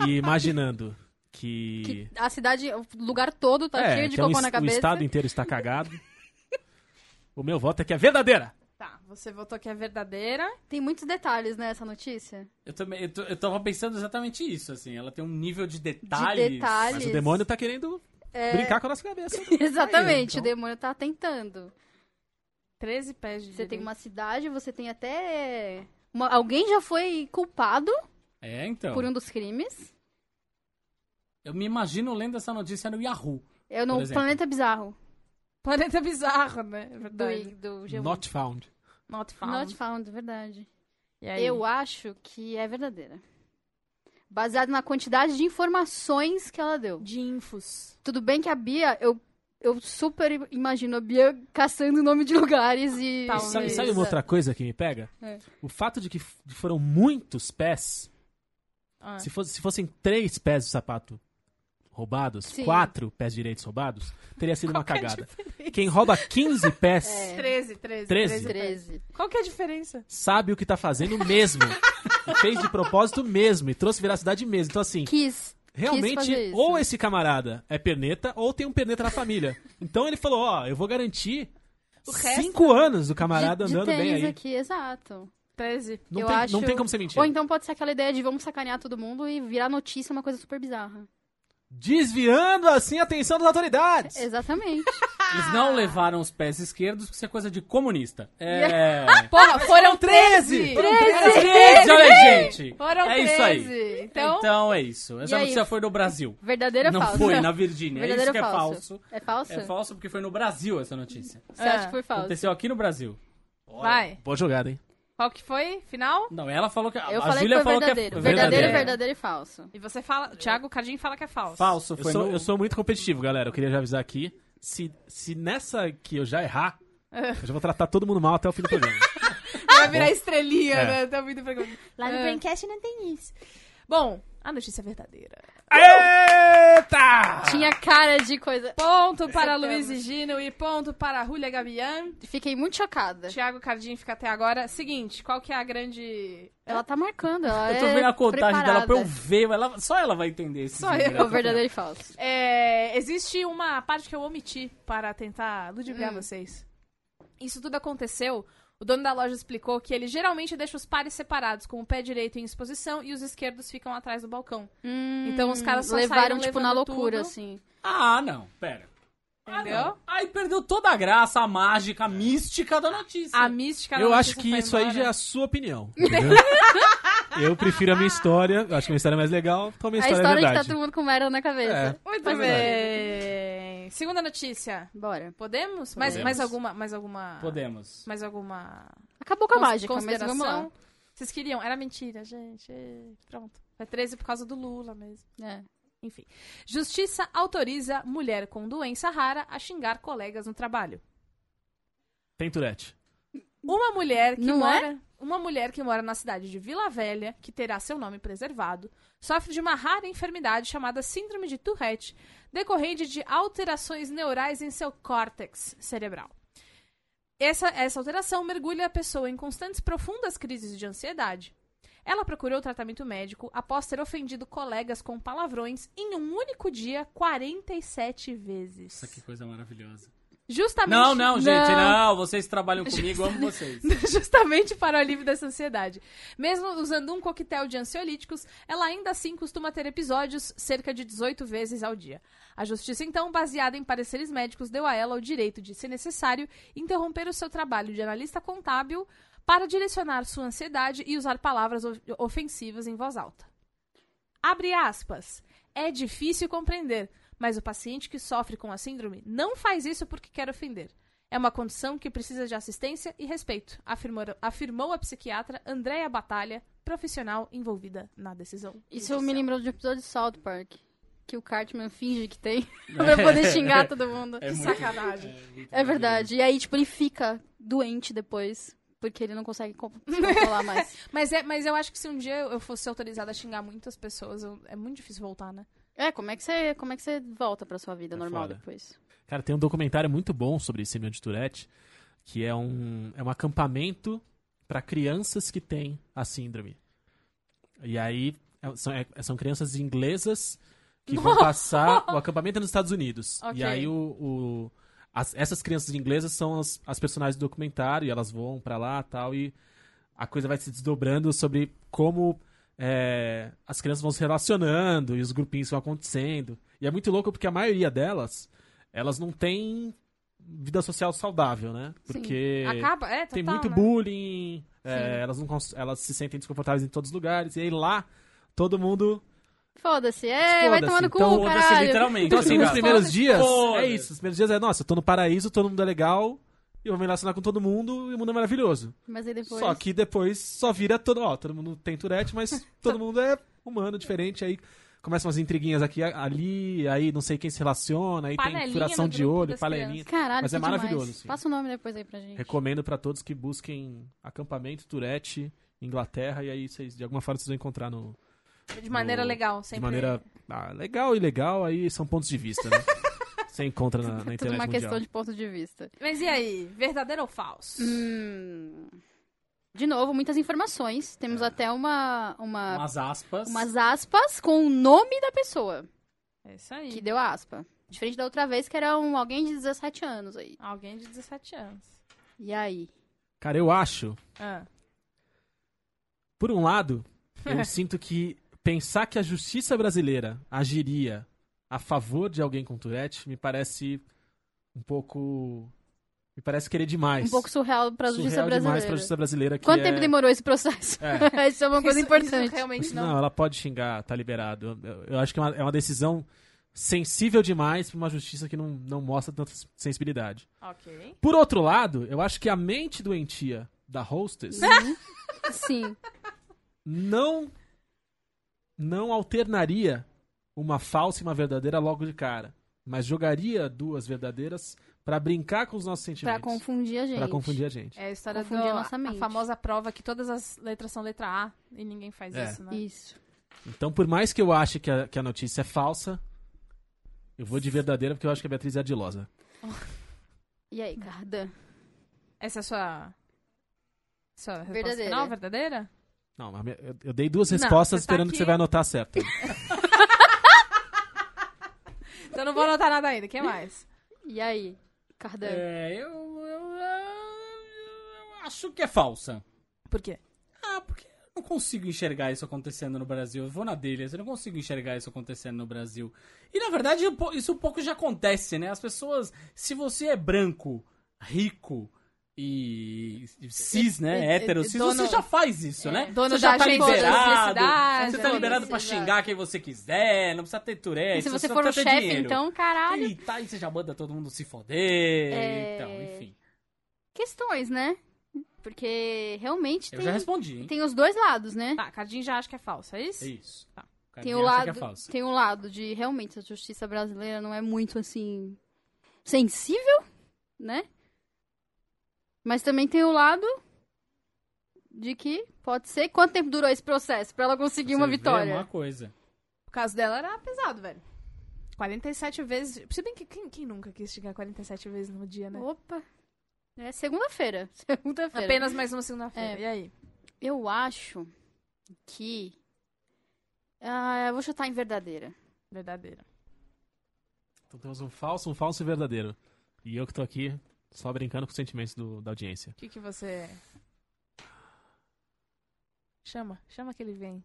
E: e imaginando que,
C: Que a cidade, o lugar todo tá
E: é,
C: cheio de
E: que é um
C: cocô
E: es-
C: na
E: o
C: cabeça.
E: estado inteiro está cagado, o meu voto é que é verdadeira.
B: Tá, você votou que é verdadeira.
C: Tem muitos detalhes nessa [LAUGHS] notícia.
D: Eu, também, eu, tô- eu tava pensando exatamente isso, assim. Ela tem um nível de detalhes.
C: detalhes.
E: Mas o demônio tá querendo
C: É.
E: brincar com a nossa cabeça.
C: Exatamente,
D: Aí, então.
C: o demônio tá tentando.
B: 13 pés direitos.
C: Você tem uma cidade, você tem até. uma- Alguém já foi culpado
D: É, então.
C: por um dos crimes.
D: Eu me imagino lendo essa notícia no Yahoo.
C: Eu não.
D: Por exemplo.
C: Planeta é Bizarro.
B: Planeta bizarro, né? É
C: Do,
B: Verdade.
C: do G1.
E: Not found.
B: Not found.
C: Not found, verdade.
B: E aí?
C: Eu acho que é verdadeira. Baseado na quantidade de informações que ela deu.
B: De infos.
C: Tudo bem que a Bia, eu, eu super imagino a Bia caçando o nome de lugares e.
B: Tá,
E: Sabe,
B: Talvez.
E: sabe uma outra coisa que me pega?
C: É.
E: O fato de que f- foram muitos pés.
B: Ah.
E: Se, fosse- se fossem três pés de sapato roubados,
C: Sim.
E: quatro pés direitos roubados, teria sido uma
B: Qual que é a
E: cagada. Quem rouba 15 pés
C: É.
B: 13, 13.
E: 13.
C: 13.
B: Qual que é a diferença?
E: sabe o que tá fazendo mesmo. e fez de propósito mesmo. E trouxe veracidade mesmo. Então, assim,
C: Quis. Quis fazer
E: Realmente,
C: isso. né?
E: ou esse camarada é perneta, ou tem um perneta
C: [LAUGHS]
E: na família. Então ele falou, ó, eu vou garantir
B: O resto-
E: cinco anos do camarada
C: de, de
E: andando bem
C: tênis
E: aí.
C: aqui, exato.
B: 13.
E: Não,
C: Eu
E: tem,
C: acho-
E: não tem como ser mentira.
C: Ou então pode ser aquela ideia de vamos sacanear todo mundo e virar notícia uma coisa super bizarra.
E: Desviando, assim, a atenção das autoridades.
C: Exatamente.
D: Eles não levaram os pés esquerdos, porque isso é coisa de comunista.
C: [LAUGHS]
D: É.
B: Porra,
C: Ah,
B: foram 13!
D: 13! Foram 13! Olha
C: [LAUGHS]
D: aí, gente!
B: Foram
D: é
B: 13!
D: isso aí.
B: Então,
D: é isso. Essa
C: E aí?
D: notícia foi no Brasil.
C: Verdadeira
D: não
C: ou falsa?
D: foi na Virgínia. É
C: Verdadeiro
D: isso
C: ou
D: que é
C: falso?
D: falso.
C: É falso?
D: É falso porque foi no Brasil essa notícia.
C: Você acha
B: É.
C: que foi falso?
D: Aconteceu aqui no Brasil.
B: vai.
E: Boa jogada, hein?
B: Qual que foi? Final?
D: Não, ela falou que.
C: Eu
D: a
C: falei
D: Júlia
C: que foi
D: falou
C: verdadeiro.
D: que é
C: verdadeiro,
B: verdadeiro.
C: verdadeiro e falso.
B: E você fala... Thiago Cardim fala que é falso.
D: Falso
E: Eu
D: foi
E: sou,
D: no.
E: eu sou muito competitivo, galera. Eu queria já avisar aqui. Se, se nessa que eu já errar,
C: É.
E: eu já vou tratar todo mundo mal
C: [LAUGHS]
E: até o fim do programa.
B: Vai virar estrelinha,
E: É.
B: né? Tá vindo pra...
A: Lá no
B: É.
A: Braincast não tem isso.
B: Bom, a notícia é verdadeira.
E: Eita!
C: Tinha cara de coisa.
D: [LAUGHS]
B: Ponto para Luiz e Gino e ponto para Julia Gabian.
C: Fiquei muito chocada.
B: Thiago Cardim fica até agora. Seguinte, qual que é a grande...
C: Ela tá marcando, ela
D: Eu tô
C: é
D: vendo a contagem
C: preparada.
D: dela pra eu ver, né, tá mas ela- só ela vai entender esse
B: Só eu.
C: É o verdadeiro e falso.
B: É, existe uma parte que eu omiti para tentar
D: Hum.
B: ludibriar vocês. Isso tudo aconteceu. O dono da loja explicou que ele geralmente deixa os pares separados, com o pé direito em exposição e os esquerdos ficam atrás do balcão. Então os caras só
C: Hum, levaram
B: saíram
C: tipo na
B: levando
C: loucura
B: tudo,
C: assim.
D: Ah, não, pera. Ah,
B: Entendeu?
D: não. Aí perdeu toda a graça, a mágica, a mística da notícia.
B: A mística da
E: Eu acho
B: notícia
E: que
B: foi
E: isso aí
B: embora.
E: já é a sua opinião. entendeu? eu prefiro a minha história. Eu acho que a minha história é mais legal. Então a minha
C: A
E: história,
C: história
E: é
C: de tá
E: verdade.
C: todo mundo com merda na cabeça.
B: Muito
E: Mas é
B: bem. Segunda notícia.
C: Bora.
B: Podemos? Mais,
D: Podemos.
B: mais alguma, mais alguma.
D: Podemos.
B: Mais alguma.
C: Acabou com a
B: cons-
C: mágica, mas
B: consideração?
C: vamos lá.
B: Vocês queriam? Era mentira, gente. Ê, Pronto. Foi 13 por causa do Lula mesmo.
C: É.
B: Enfim. Justiça autoriza mulher com doença rara a xingar colegas no trabalho.
E: Tem Turete.
B: Uma mulher que
C: Não
B: mora. Uma mulher que mora na cidade de Vila Velha, que terá seu nome preservado, sofre de uma rara enfermidade chamada Síndrome de Tourette, decorrente de alterações neurais em seu córtex cerebral. Essa, essa alteração mergulha a pessoa em constantes profundas crises de ansiedade. Ela procurou tratamento médico após ter ofendido colegas com palavrões em um único dia 47 vezes.
D: Nossa, que coisa maravilhosa.
B: Justamente
D: Não, não, gente,
C: Não.
D: não. Vocês trabalham comigo, eu amo vocês.
B: [LAUGHS] justamente para o alívio dessa ansiedade. Mesmo usando um coquetel de ansiolíticos, ela ainda assim costuma ter episódios cerca de 18 vezes ao dia. A justiça, então, baseada em pareceres médicos, deu a ela o direito de, se necessário, interromper o seu trabalho de analista contábil para direcionar sua ansiedade e usar palavras of- ofensivas em voz alta. Abre aspas. É difícil compreender, mas o paciente que sofre com a síndrome não faz isso porque quer ofender. É uma condição que precisa de assistência e respeito, afirmou, afirmou a psiquiatra Andréa Batalha, profissional envolvida na decisão.
C: Isso me lembrou de um episódio de South Park. Que o Cartman finge que
D: [LAUGHS]
C: tem pra poder xingar todo mundo.
D: É muito-
B: Sacanagem.
D: muito
C: [LAUGHS] É verdade. E aí, tipo, ele fica doente depois. Porque ele não consegue co- se controlar mais.
B: Mas, é, mas eu acho que se um dia eu fosse autorizada a xingar muitas pessoas, eu- é muito difícil voltar, né?
C: [LAUGHS] É, como é que você, como é que você volta pra sua vida
E: É
C: normal
E: foda.
C: depois?
E: Cara, tem um documentário muito bom sobre síndrome de Tourette, que é um, é um acampamento pra crianças que têm a síndrome. E aí, é- são, é- são crianças inglesas que vão passar... O acampamento é nos Estados Unidos.
B: Ok.
E: E aí, o, o- as- essas crianças inglesas são as, as personagens do documentário, e elas vão pra lá tal, e a coisa vai se desdobrando sobre como é, as crianças vão se relacionando e os grupinhos vão acontecendo. E é muito louco porque a maioria delas, elas não têm vida social saudável, né?
C: Sim.
E: Porque
B: Acaba, é, total,
E: tem muito
B: né?
E: bullying, é, elas, não cons- elas se sentem desconfortáveis em todos os lugares. E aí lá, todo mundo...
C: Foda-se, é, vai
E: Foda-se,
C: tomar no cu,
E: então
D: Foda-se,
C: caralho.
D: literalmente.
E: Então assim, nos
D: Obrigado.
E: primeiros dias, é
D: Foda-se.
E: isso. Os primeiros dias é, nossa, eu tô no paraíso, todo mundo é legal... e Eu vou me relacionar com todo mundo e o mundo é maravilhoso.
C: Mas aí depois...
E: Só que depois só vira todo. Ó, todo mundo tem
C: [LAUGHS]
E: Tourette, mas todo mundo é humano, diferente. Aí começam umas intriguinhas aqui, a- ali, aí não sei quem se relaciona, aí tem
B: Panelinha
E: furação
B: no
E: de
B: grupo
E: olho,
B: das
E: panelinha.
C: Caralho,
E: Mas é
C: que demais.
E: maravilhoso, sim. É
C: Passa o nome depois aí pra gente.
E: Recomendo pra todos que busquem acampamento Tourette, Inglaterra, e aí vocês, de alguma forma, vocês vão encontrar no,
B: De maneira
E: no-
B: legal, sempre.
E: de maneira ah, legal e legal, aí são pontos de
C: [LAUGHS]
E: vista, né? Você encontra na, na
C: É tudo
E: internet
C: uma
E: mundial.
C: questão de ponto de vista.
B: Mas e aí, verdadeiro ou falso?
C: Hum. De novo, muitas informações.
E: É.
C: Temos até uma, uma,
D: Umas aspas.
C: umas aspas com o nome da pessoa
B: É isso aí.
C: que deu a aspa. Diferente da outra vez, que era um, alguém de 17 anos aí.
B: Alguém de 17 anos.
C: E aí?
E: Cara, eu acho,
B: Ah.
E: por um lado,
C: [LAUGHS]
E: eu sinto que pensar que a justiça brasileira agiria a favor de alguém com Tourette me parece um pouco. Me parece querer demais.
C: Um pouco surreal pra justiça
E: Surreal demais pra
C: brasileira.
E: justiça brasileira. Que
C: Quanto
E: é...
C: tempo demorou esse processo? [LAUGHS]
E: É.
C: isso é uma coisa
B: Isso- isso
C: importante.
B: realmente
E: Não,
B: não.
E: ela pode xingar, tá liberado. Eu, eu- eu acho que é uma, é uma decisão sensível demais pra uma justiça que não, não mostra tanta sensibilidade.
B: Ok.
E: Por outro lado, eu acho que a mente doentia da hostess
C: Sim.
E: não não alternaria uma falsa e uma verdadeira logo de cara, mas jogaria duas verdadeiras pra brincar com os nossos
C: Pra
E: sentimentos,
C: confundir a gente.
E: Pra confundir a gente.
B: É a história
C: Confundir
B: da
C: a nossa mente.
B: famosa prova que todas as letras são letra A e ninguém faz
E: É.
B: isso, né?
C: Isso.
E: Então, por mais que eu ache que a, que a notícia é falsa, eu vou de verdadeira porque eu acho que a Beatriz é adilosa.
C: E aí, Cardan?
B: Essa é a sua. Sua resposta
C: Verdadeira.
B: final, verdadeira?
E: Não, mas eu- eu dei duas
B: Não,
E: respostas
B: você tá
E: esperando que
B: aqui-
E: você vai anotar certo.
B: Então não vou anotar nada ainda, o que mais?
C: E aí, Cardan?
D: É, eu, eu, eu acho que é falsa.
B: Por quê?
D: Ah, porque eu não consigo enxergar isso acontecendo no Brasil. Eu vou na dele, eu não consigo enxergar isso acontecendo no Brasil. E na verdade, um po- isso um pouco já acontece, né? As pessoas, se você é branco, rico e
C: É,
D: cis, né?
B: E- e-
D: hétero,
B: e
D: cis,
B: dono-
D: você já faz isso, né?
B: dono
D: você já
B: da
D: tá
B: agência de
D: liberado.
B: publicidade,
D: Você tá
C: é
D: liberado
C: isso,
D: pra
C: exato.
D: xingar quem você quiser, não precisa ter turete.
C: e se você
D: É, só
C: for o
D: precisa ter
C: chefe,
D: dinheiro.
C: então, caralho.
D: E tá, e você já manda todo mundo se foder.
C: É.
D: Então, enfim.
C: Questões, né? Porque realmente
D: Eu já
C: tem,
D: respondi, hein?
C: tem os dois lados, né?
B: Tá, Cardinho já acha que é falso, é isso?
D: É isso.
B: Tá.
D: Cara,
C: Tem
D: quem
C: o
D: acha que
C: lado,
D: é falso.
C: tem o lado de realmente a justiça brasileira não é muito assim sensível, né? Mas também tem o lado de que pode ser quanto tempo durou esse processo pra ela conseguir uma
D: Você vê
C: vitória.
D: uma coisa.
B: O caso dela era pesado, velho. 47 vezes. Se bem que quem, quem nunca quis chegar 47 vezes no dia, né?
C: Opa. É segunda-feira, [LAUGHS] segunda-feira.
B: Apenas mais uma segunda-feira.
C: É.
B: E aí?
C: Eu acho que ah, eu vou chutar em verdadeira.
B: Verdadeira.
E: Então temos um falso, um falso e verdadeiro. E eu que tô aqui só brincando com os sentimentos do- da audiência.
B: O que, que você. é? Chama, chama que ele vem.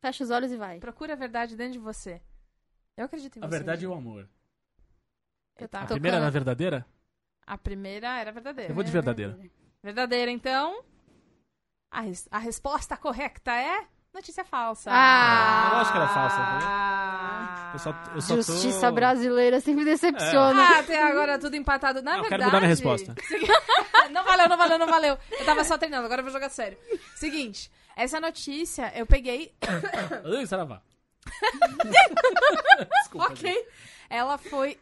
C: Fecha os olhos e vai.
B: Procura a verdade dentro de você. Eu acredito em
D: A
B: você.
D: verdade é
B: eu...
D: o amor.
B: eu
E: A
B: tava...
C: Tocando.
E: primeira era verdadeira?
B: A primeira era verdadeira.
E: Eu vou de verdadeira.
B: Verdadeira, então. A, res- a resposta correta é notícia falsa.
C: Ah!
E: Lógico que era falsa, né?
B: Ah!
E: Eu só- eu só-
C: Justiça
E: tô- É.
C: brasileira sempre decepciona.
B: Ah, até agora tudo empatado. Na
E: Não, eu
B: verdade. Ah,
E: quero mudar minha resposta.
B: Não valeu, não valeu, não valeu. Eu tava só treinando, agora eu vou jogar sério. Seguinte, essa notícia eu peguei. [LAUGHS]
D: Ui, saravá. Desculpa. gente.
B: ok. Ela
D: [COUGHS]
B: foi.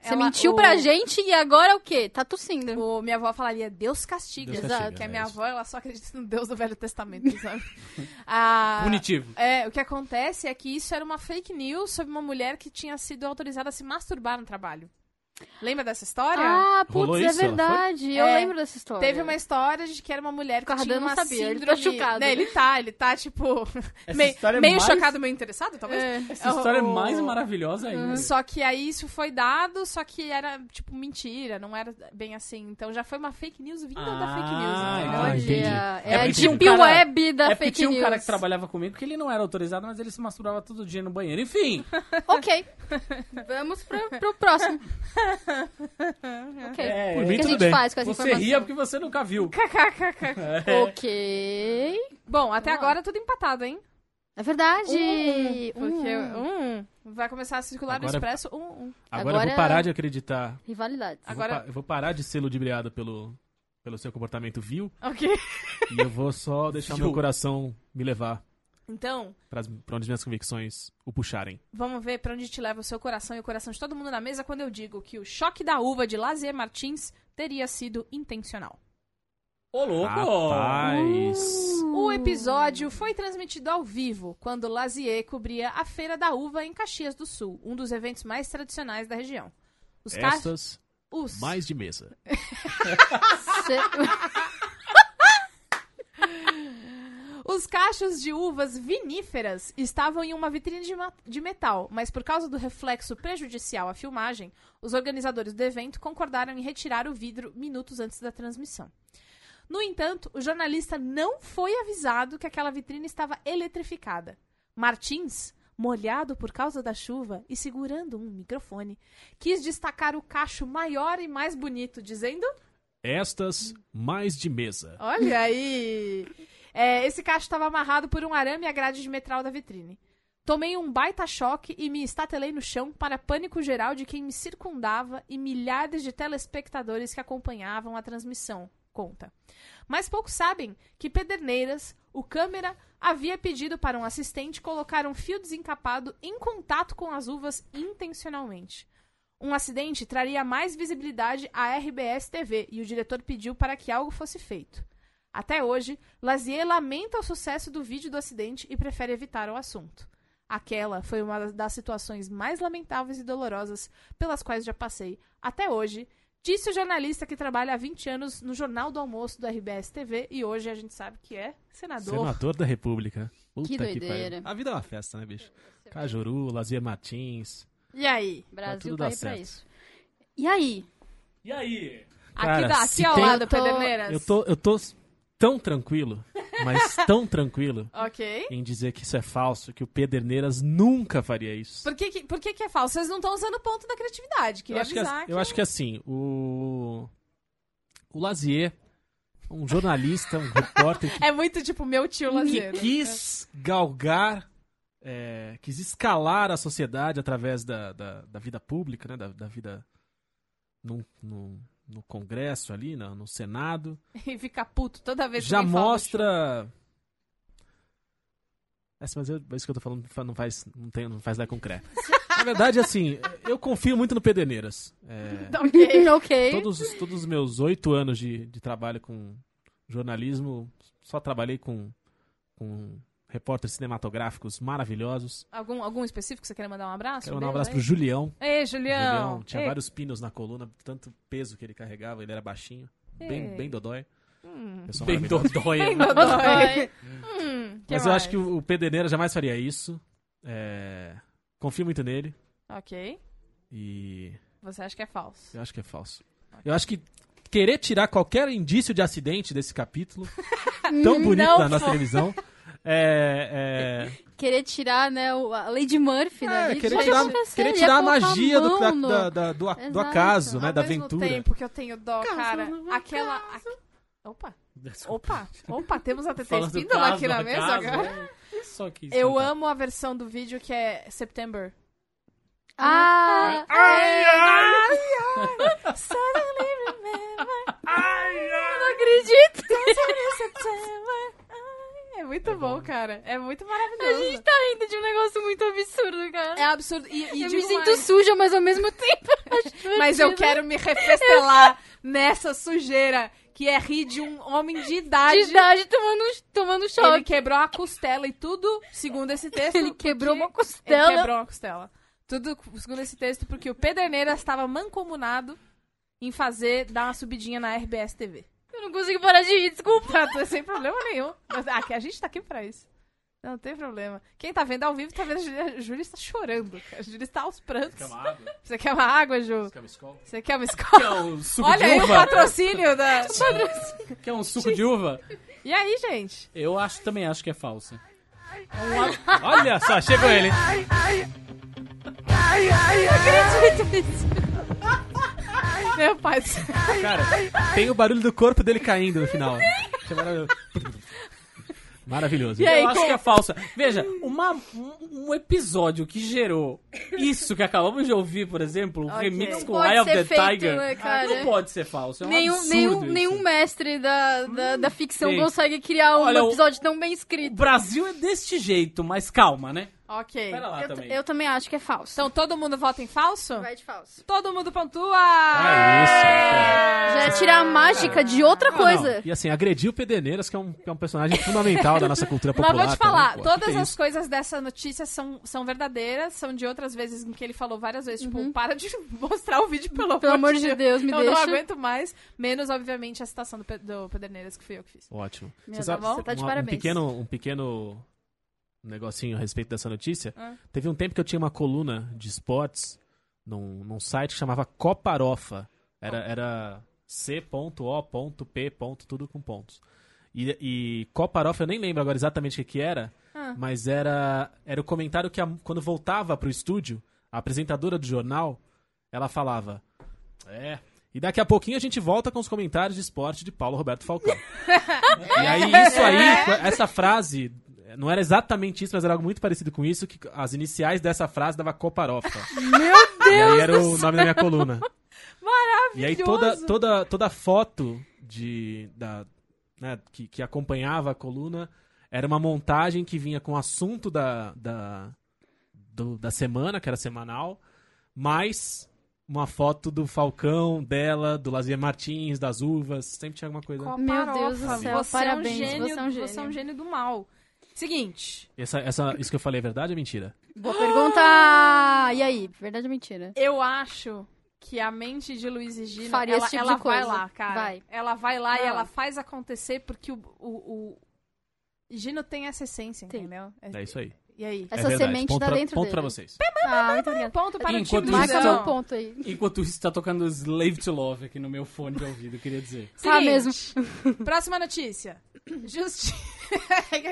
C: Você mentiu pra gente e agora o quê? Tá tossindo.
B: O, minha avó falaria Deus castiga.
E: Deus
C: Exato.
E: castiga,
B: Que a
E: é
B: minha
E: isso.
B: avó, ela só acredita no Deus do Velho
D: [LAUGHS]
B: Testamento, sabe? Ah,
D: Punitivo.
B: É, o que acontece é que isso era uma fake news sobre uma mulher que tinha sido autorizada a se masturbar no trabalho. Lembra dessa história?
C: Ah,
E: Rolou
C: putz, é
E: isso? Ela foi?
C: verdade. Eu
B: É.
C: lembro dessa história.
B: Teve uma história de que era uma mulher que
C: Cardan
B: tinha
C: não
B: uma
C: sabia, ele
B: síndrome...
C: tá chocado.
B: Né, ele tá, ele tá, tipo...
D: Essa
B: meio
D: história é
B: meio
D: mais-
B: chocado, meio interessado, talvez.
C: É.
D: Essa história é
B: O-
D: mais maravilhosa
E: Uhum.
D: ainda.
B: Só que aí isso foi dado, só que era, tipo, mentira, não era bem assim. Então já foi uma fake news vinda da fake news.
D: Ah,
B: entendeu?
E: Ah,
C: Olha,
E: entendi.
C: É,
E: É
C: a
E: porque tinha um
C: deep
D: cara-
C: web da
D: é porque
C: fake
D: tinha um
C: news.
D: cara que trabalhava comigo que ele não era autorizado, mas ele se masturbava todo dia no
B: [LAUGHS]
D: banheiro. Enfim,
C: Ok. Vamos pro, pro próximo. Ok.
D: É,
E: Por
C: o
E: mim,
C: que a
E: tudo
C: gente
E: bem.
C: faz com essa
D: você
C: informação?
D: ria porque você nunca viu.
C: Ok.
B: Bom, até
C: Vamos lá.
B: agora tudo empatado, hein?
C: É verdade.
B: Porque
C: Hum.
B: um, um vai começar a circular no
E: Uhum. Agora-
B: Expresso um, um.
E: Agora, eu
C: Agora-
E: vou parar de acreditar. Eu
C: Rivalidade.
E: vou
B: Agora-
E: pa- Eu, vou parar de ser ludibriado pelo, pelo seu comportamento vil.
B: Ok.
E: e eu
B: [LAUGHS]
E: vou só deixar
D: Vil.
E: meu coração me levar
B: Então,
E: pra, pra onde minhas convicções o puxarem.
B: Vamos ver pra onde te leva o seu coração e o coração de todo mundo na mesa quando eu digo que o choque da uva de Lazier Martins teria sido intencional.
D: Ô, louco!
E: Rapaz.
B: O episódio foi transmitido ao vivo, quando Lazier cobria a Feira da Uva em Caxias do Sul, um dos eventos mais tradicionais da região. Os cachos.
E: Estas, mais de mesa.
C: Cê-
B: Os cachos de uvas viníferas estavam em uma vitrine de, ma- de metal, mas por causa do reflexo prejudicial à filmagem, os organizadores do evento concordaram em retirar o vidro minutos antes da transmissão. No entanto, o jornalista não foi avisado que aquela vitrine estava eletrificada. Martins molhado por causa da chuva e segurando um microfone, quis destacar o cacho maior e mais bonito, dizendo:
E: Estas, mais de mesa.
B: Olha aí! É, esse cacho estava amarrado por um arame à grade de metal da vitrine. Tomei um baita choque e me estatelei no chão para pânico geral de quem me circundava e milhares de telespectadores que acompanhavam a transmissão. Conta. Mas poucos sabem que Pederneiras, o câmera, havia pedido para um assistente colocar um fio desencapado em contato com as uvas intencionalmente. Um acidente traria mais visibilidade à RBS TV e o diretor pediu para que algo fosse feito. Até hoje, Lazier lamenta o sucesso do vídeo do acidente e prefere evitar o assunto. Aquela foi uma das situações mais lamentáveis e dolorosas pelas quais já passei até hoje, disse o jornalista que trabalha há 20 anos no Jornal do Almoço do RBS TV e hoje a gente sabe que é senador.
E: Senador da República. Puta
C: Que
E: pariu.
C: doideira.
E: A vida é uma festa, né, bicho? Cajuru, Lazier Martins.
B: E aí?
C: Brasil
E: tudo
C: tá
E: dar
C: aí pra
E: certo.
C: isso. E aí?
D: E aí?
E: Cara,
B: aqui dá, aqui
E: se
B: ao
E: tem-
B: lado,
C: Eu tô-
B: Pederneiras.
E: Eu tô, eu tô tão tranquilo, mas tão tranquilo
B: Ok.
E: em dizer que isso é falso, que o Pederneiras nunca faria isso.
B: Por que, que- por que, que é falso? Vocês não estão usando o ponto da criatividade. Queria
E: eu, acho que, é
B: avisar.
E: eu acho que assim, o. O Lazier, um jornalista, um repórter
B: [LAUGHS]
E: que,
B: É muito tipo meu tio
E: que
B: lazer.
E: [LAUGHS] quis galgar, é, quis escalar a sociedade através da, da, da vida pública, né? Da, da vida num- num- no Congresso ali, na- no Senado.
B: E fica puto toda vez que
E: já
B: alguém fala do
E: mostra. Essa, mas eu, é isso que eu tô falando fa- não faz, não tem, não faz
B: [LAUGHS]
E: lá concreto. Na verdade, assim, eu confio muito no Pederneiras. É,
B: show. [LAUGHS]
E: [LAUGHS]
B: Ok.
C: ok.
E: todos, os- todos os meus oito anos de, de trabalho com jornalismo, só trabalhei com, com repórteres cinematográficos maravilhosos.
B: Algum, algum específico que você quer mandar um abraço?
E: Quero mandar um
B: Deus,
E: abraço
B: né?
E: pro Julião.
B: Ei, Julião.
E: Julião tinha
B: Ei.
E: vários pinos na coluna, tanto peso que ele carregava, ele era baixinho.
B: Ei.
E: Bem,
B: [LAUGHS]
E: bem dodói.
B: Hum.
E: Pessoa
D: Bem
E: maravilhosa.
D: dodói.
B: Ei,
D: né?
B: Godoy. Hum,
E: Mas eu
B: mais?
E: acho que o o Pedreira jamais faria isso. É, Confio muito nele
B: Ok.
E: e
B: Você acha que é falso?
E: eu acho que é falso. Eu acho que querer tirar qualquer indício de acidente desse capítulo, tão bonito
B: Não
E: da nossa
B: foi.
E: televisão, é, é-
C: Querer tirar, né, o- a Lady Murphy da
E: é,
C: vida.
E: querer
C: Pode
E: tirar,
C: acontecer,
E: querer
C: assim, ia
E: tirar a
C: colocar
E: magia do,
C: mão
E: da-
C: no-
E: da- da- do, a- do
C: Exato.
E: acaso, né,
B: Ao
E: da
B: mesmo
E: aventura.
B: tempo que eu tenho dó, cara, aquela... aque- Opa, opa, opa, temos a TT
D: Falando
B: Espíndola
D: caso,
B: aqui na mesa
D: acaso,
B: agora.
D: é. Só que isso
B: Eu
E: então.
D: não tá.
B: amo a versão do vídeo que é September.
C: Ah,
B: Ai, ai, ai, suddenly remember. Eu não acredito.
C: [LAUGHS]
B: É muito bom, cara. É muito
C: a gente
B: maravilhoso.
C: tá rindo de um negócio muito absurdo, cara.
B: É absurdo. E, e
C: eu me
B: digo
C: sinto
B: mais,
C: suja, mas ao mesmo tempo. acho
B: Mas eu
C: divertido.
B: quero me refestelar nessa sujeira que é rir de um homem de idade.
C: De idade tomando, um- tomando
B: Ele
C: choque.
B: quebrou a costela e tudo, segundo esse texto.
C: [LAUGHS] Ele quebrou
B: porque-
C: uma costela.
B: Ele quebrou uma costela. Tudo segundo esse texto, porque o Pederneiras estava mancomunado em fazer dar uma subidinha na RBS TV.
C: Eu não consigo parar de rir, desculpa.
B: Tá, tô sem problema nenhum. Mas, ah, que a gente tá aqui pra isso. Não tem problema. Quem tá vendo ao vivo tá vendo a Júlia. A Júlia está chorando. cara. A Júlia está aos prantos.
D: Quer uma água?
B: Você quer uma água, Ju?
D: Quer uma escola?
B: Você [LAUGHS] quer uma
D: Quer
B: escola?
D: um suco
B: Olha aí
D: de
B: o
D: uva?
B: patrocínio da.
D: Quer um suco de uva?
B: E aí, gente?
D: Eu acho, também acho que é falsa.
E: Olha só, chegou ele.
B: [LAUGHS] Meu pai. do céu.
E: Cara, tem o barulho do corpo dele caindo no final. Isso é maravilhoso. Maravilhoso.
B: E aí,
D: eu acho
B: com-
D: que é falsa. Veja, uma- um, um episódio que gerou isso que acabamos de ouvir, por exemplo, o
B: Ok.
D: remix
B: Não
D: com
C: pode
D: Eye of
C: ser
D: the
C: feito,
D: Tiger, Ah,
C: né, cara?
D: não pode ser falso. É um
C: nenhum,
D: absurdo
C: nenhum,
D: isso.
C: nenhum mestre da, da,
E: Hum.
C: da ficção
D: Sim.
C: consegue criar um
D: Olha, o-
C: episódio tão bem
D: O
C: escrito.
D: Brasil é deste jeito, mas calma, né?
B: Ok.
D: Pera lá
C: Eu,
D: também.
C: eu também acho que é falso.
B: Então todo mundo vota em falso?
C: Vai de falso.
B: Todo mundo pontua! É
E: Ah, isso, cara.
C: Já é tirar a mágica de outra
E: Não,
C: coisa.
E: não. E assim, agrediu o Pederneiras, que é um, que é um personagem fundamental da nossa cultura
B: Mas
E: popular.
B: vou te
E: também,
B: falar,
E: pô. Que
B: todas
E: que é
B: as
E: isso?
B: coisas dessa notícia são, são verdadeiras, são de outras vezes em que ele falou várias vezes, tipo, para de [LAUGHS] mostrar o vídeo, pelo,
C: Uhum. Pelo amor de Deus, me
B: eu
C: deixa.
B: não aguento mais, menos, obviamente, a citação do, Pe- do Pederneiras, que fui eu que fiz.
E: Ótimo.
C: Meu,
E: Você
C: tá
E: sabe-
C: bom? Você tá de
E: um, um
C: parabéns.
E: pequeno, um pequeno negocinho a respeito dessa notícia.
B: Ah.
E: Teve um tempo que eu tinha uma coluna de esportes num, num site que chamava Coparofa. Era, era c.o.p. tudo com pontos. E, e Coparofa, eu nem lembro agora exatamente o que, que era, Mas era, era o comentário que, a- quando voltava pro estúdio, a apresentadora do jornal, ela falava: É. E daqui a pouquinho a gente volta com os comentários de esporte de Paulo Roberto Falcão. e aí, isso aí, essa frase, não era exatamente isso, mas era algo muito parecido com isso, que as iniciais dessa frase dava Coparofa.
B: Meu
E: E aí era o nome da minha coluna. E aí toda,
B: Maravilhoso.
E: toda, toda foto de, da, né, que, que acompanhava a coluna era uma montagem que vinha com o assunto da, da, do- da semana, que era semanal, mais uma foto do Falcão, dela, do Lazier Martins, das uvas, sempre tinha alguma coisa.
B: Copa
C: Meu Deus do
B: Farofa,
C: céu,
B: você
C: parabéns,
B: É um gênio,
C: você é um gênio.
B: do mal. Seguinte,
E: Essa, essa, isso que eu falei é verdade ou mentira?
C: Boa pergunta! E aí, verdade ou mentira?
B: eu acho que a mente de Luiz e Gina,
C: Faria
B: ela,
C: esse tipo
B: ela
C: de
B: vai
C: coisa.
B: lá, cara.
C: Vai.
B: Ela vai lá e
C: Vai
B: ela
C: lá.
B: faz acontecer porque o, o, o- Gino tem essa essência,
C: Tem.
B: entendeu?
E: É isso aí.
B: E aí?
C: Essa
E: é verdade.
C: semente
E: ponto
C: tá
E: pra,
C: dentro
E: ponto
C: dele.
E: pra vocês.
C: Ah, muito obrigada.
B: Então é um Ponto para
D: Enquanto
B: o
D: isso-
B: time
C: Marca
B: Luizão.
C: seu ponto aí.
D: Enquanto isso, tá tocando Slave to Love aqui no meu fone de ouvido, eu queria dizer.
C: Tá
B: Seguinte,
C: mesmo.
B: [LAUGHS] Próxima notícia. Justi... [LAUGHS]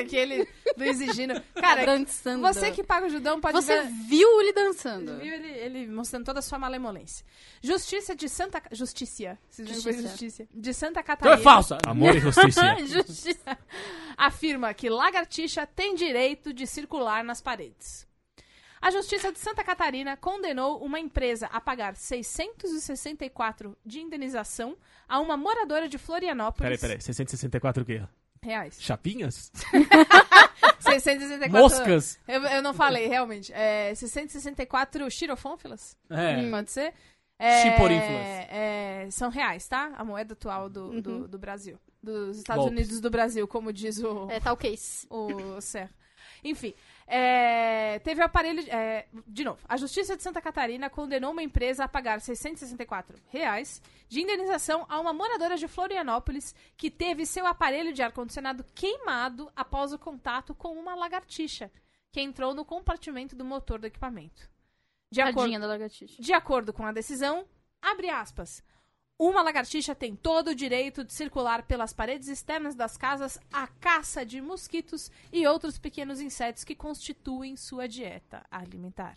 B: Aquele Luiz e Gino. Cara,
C: dançando.
B: você que paga o Judão pode
C: Tá Você
B: ver...
C: viu ele dançando.
B: Viu ele, ele mostrando toda a sua malemolência. Justiça de Santa... Ca- Justiça. Se não foi
C: Justiça.
B: Justiça. De Santa
D: Então é
B: Catarina.
D: falsa!
C: [LAUGHS]
E: Amor e justiça.
C: Justiça.
B: afirma que lagartixa tem direito de circular nas paredes. A Justiça de Santa Catarina condenou uma empresa a pagar 664 de indenização a uma moradora de
E: Peraí,
B: Florianópolis.
E: peraí. 664 o quê?
B: Reais.
E: Chapinhas?
B: 664.
D: Moscas!
B: Eu, eu não falei, realmente. É, 664 xirofônfilas? Hum,
C: Hum.
D: É.
B: Pode ser? É,
D: Chiporinflas.
B: é, são reais, tá? A moeda atual do, do, do Brasil. Dos Estados
D: Golpes.
B: Unidos do Brasil, como diz o,
C: É tal case.
B: o Serra. Enfim, é, teve o aparelho. é, de novo, a Justiça de Santa Catarina condenou uma empresa a pagar R$ 664 reais de indenização a uma moradora de Florianópolis que teve seu aparelho de ar-condicionado queimado após o contato com uma lagartixa que entrou no compartimento do motor do equipamento. De acordo,
C: Tadinha da lagartixa.
B: de acordo com a decisão, abre aspas. Uma lagartixa tem todo o direito de circular pelas paredes externas das casas à caça de mosquitos e outros pequenos insetos que constituem sua dieta alimentar.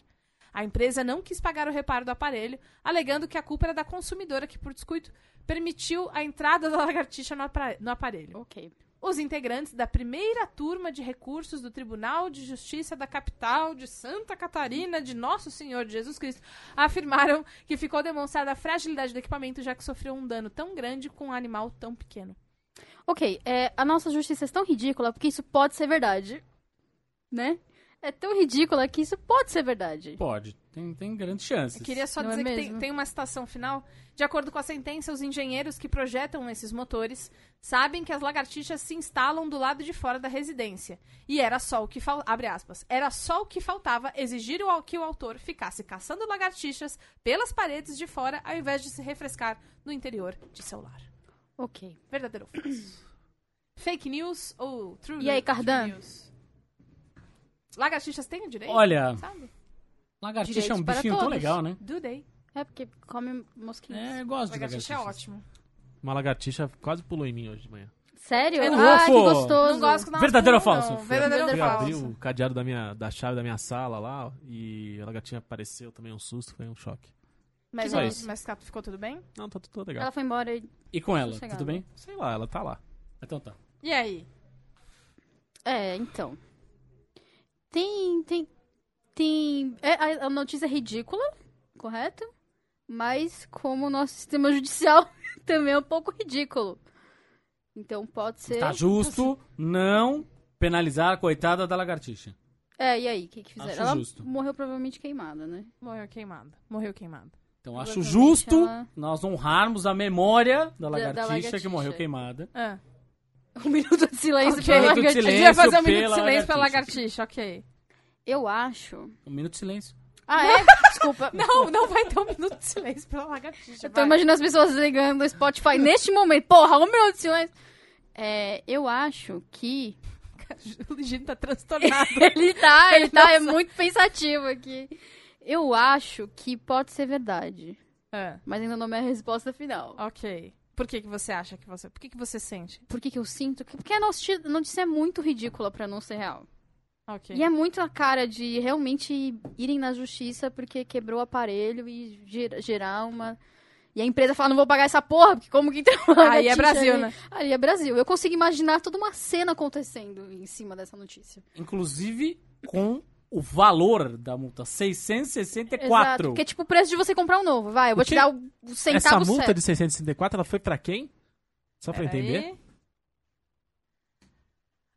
B: A empresa não quis pagar o reparo do aparelho, alegando que a culpa era da consumidora que, por descuido, permitiu a entrada da lagartixa no apra- no aparelho.
C: Ok.
B: Os integrantes da primeira turma de recursos do Tribunal de Justiça da capital de Santa Catarina de Nosso Senhor de Jesus Cristo afirmaram que ficou demonstrada a fragilidade do equipamento, já que sofreu um dano tão grande com um animal tão pequeno.
C: Ok, é, a nossa justiça é tão ridícula porque isso pode ser verdade. Né? É tão ridícula que isso pode ser verdade.
D: Pode, tem, tem grandes chances.
B: Eu queria só
C: Não é
B: dizer que tem,
C: mesmo?
B: tem uma citação final. De acordo com a sentença, os engenheiros que projetam esses motores sabem que as lagartixas se instalam do lado de fora da residência. E era só o que fal... abre aspas. Era só o que faltava exigir o- que o autor ficasse caçando lagartixas pelas paredes de fora ao invés de se refrescar no interior de seu lar.
C: Ok.
B: Verdadeiro ou
C: [COUGHS]
B: falso? Fake news ou true
C: E aí,
B: news?
C: Cardan?
B: True news? Lagartixas têm o direito?
D: Olha,
B: Sabe?
D: lagartixa é um
C: Direitos para
D: bichinho tão
C: todos.
D: legal, né?
B: Do day.
C: É porque come mosquinhos.
D: É, eu gosto de
B: Lagartixa
D: lagartixa.
B: é ótimo.
E: Uma lagartixa quase pulou em mim hoje de manhã.
C: Sério?
B: É
C: ah, que
D: louco!
C: gostoso.
B: Não gosto não.
D: Verdadeiro ou
B: não.
D: falso?
B: Verdadeiro ou
E: Fui abrir
B: falso?
E: o cadeado da, minha, da chave da minha sala lá ó, e a lagartinha apareceu também, um susto, foi um choque.
B: Mas,
E: Só
B: o-
E: isso.
B: mas Cato, ficou tudo bem?
E: Não, tá tudo legal.
C: Ela foi embora e...
D: E com ela,
C: Sossegado.
D: tudo bem?
E: Sei lá, ela tá lá.
D: Então tá.
B: E aí?
C: É, então. Tem, tem, tem... é, a, a notícia é ridícula, correto? Mas como o nosso sistema judicial [LAUGHS] também é um pouco ridículo. Então pode ser...
D: Tá justo não penalizar a coitada da lagartixa.
C: É, e aí, o que, que fizeram?
D: Acho
C: ela
D: justo.
C: morreu provavelmente queimada, né? [LAUGHS]
B: Morreu queimada. Morreu queimada.
D: Então
C: Provavelmente
D: acho justo
C: ela-
D: nós honrarmos a memória da lagartixa, que
C: lagartixa.
D: morreu queimada.
B: Ah,
C: Um minuto de silêncio
B: ok.
C: pra
D: minuto de
C: lagartixa.
B: A gente vai
D: silêncio
B: fazer um minuto de
D: pela
B: silêncio pela lagartixa, ok.
C: Eu acho...
D: Um minuto de silêncio.
B: [LAUGHS]
C: Ah, é? Desculpa.
B: Não, não vai ter um minuto de silêncio pela lagartixa.
C: Eu tô
B: vai.
C: imaginando as pessoas ligando o Spotify neste momento. Porra, um minuto de silêncio. É, eu acho que.
B: [LAUGHS] O Gino tá [LAUGHS] transtornado.
C: Ele [LAUGHS] tá, ele tá, é muito pensativo aqui. Eu acho que pode ser verdade.
B: Ah,
C: Mas ainda não é a resposta final.
B: ok. Por que, que você acha que você... Por que, que você sente?
C: Por que, que eu sinto? que- Porque a nossa ti- notícia é muito ridícula pra não ser real.
B: Ok.
C: E é muito a cara de realmente irem na justiça porque quebrou o aparelho e ger- gerar uma. E a empresa fala, não vou pagar essa porra, porque como que tem uma
B: Aí é
C: notícia
B: Brasil,
C: ali?"
B: né?
C: Aí é Brasil. Eu consigo imaginar toda uma cena acontecendo em cima dessa notícia.
D: Inclusive com o valor da multa, 664.
C: Porque é tipo o preço de você comprar um novo. Vai, eu vou
E: O quê?
C: te dar o o
E: Essa
C: centavo
E: multa
C: certo.
E: de 664, ela foi pra quem? Só pra
B: Peraí.
E: entender.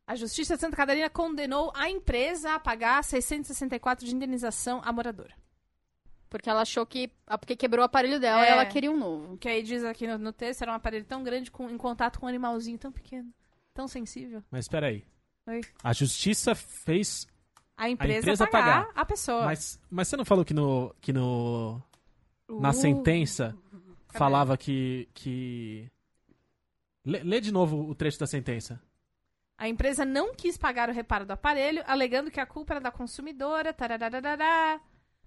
B: A Justiça de Santa Catarina condenou a empresa a pagar 664 de indenização à moradora.
C: Porque ela achou que. ah, Porque quebrou o aparelho dela
B: É.
C: e ela queria um novo.
B: O que aí diz aqui no, no texto era um aparelho tão grande com, em contato com um animalzinho tão pequeno, tão sensível.
E: Mas peraí.
B: Oi.
E: A justiça fez.
B: A empresa,
E: empresa
B: pagar,
E: pagar.
B: a pessoa.
E: Mas, mas você não falou que no. Que no na
B: Uh,
E: sentença falava que. que... Lê, lê de novo o trecho da sentença.
B: A empresa não quis pagar o reparo do aparelho, alegando que a culpa era da consumidora. tararararará.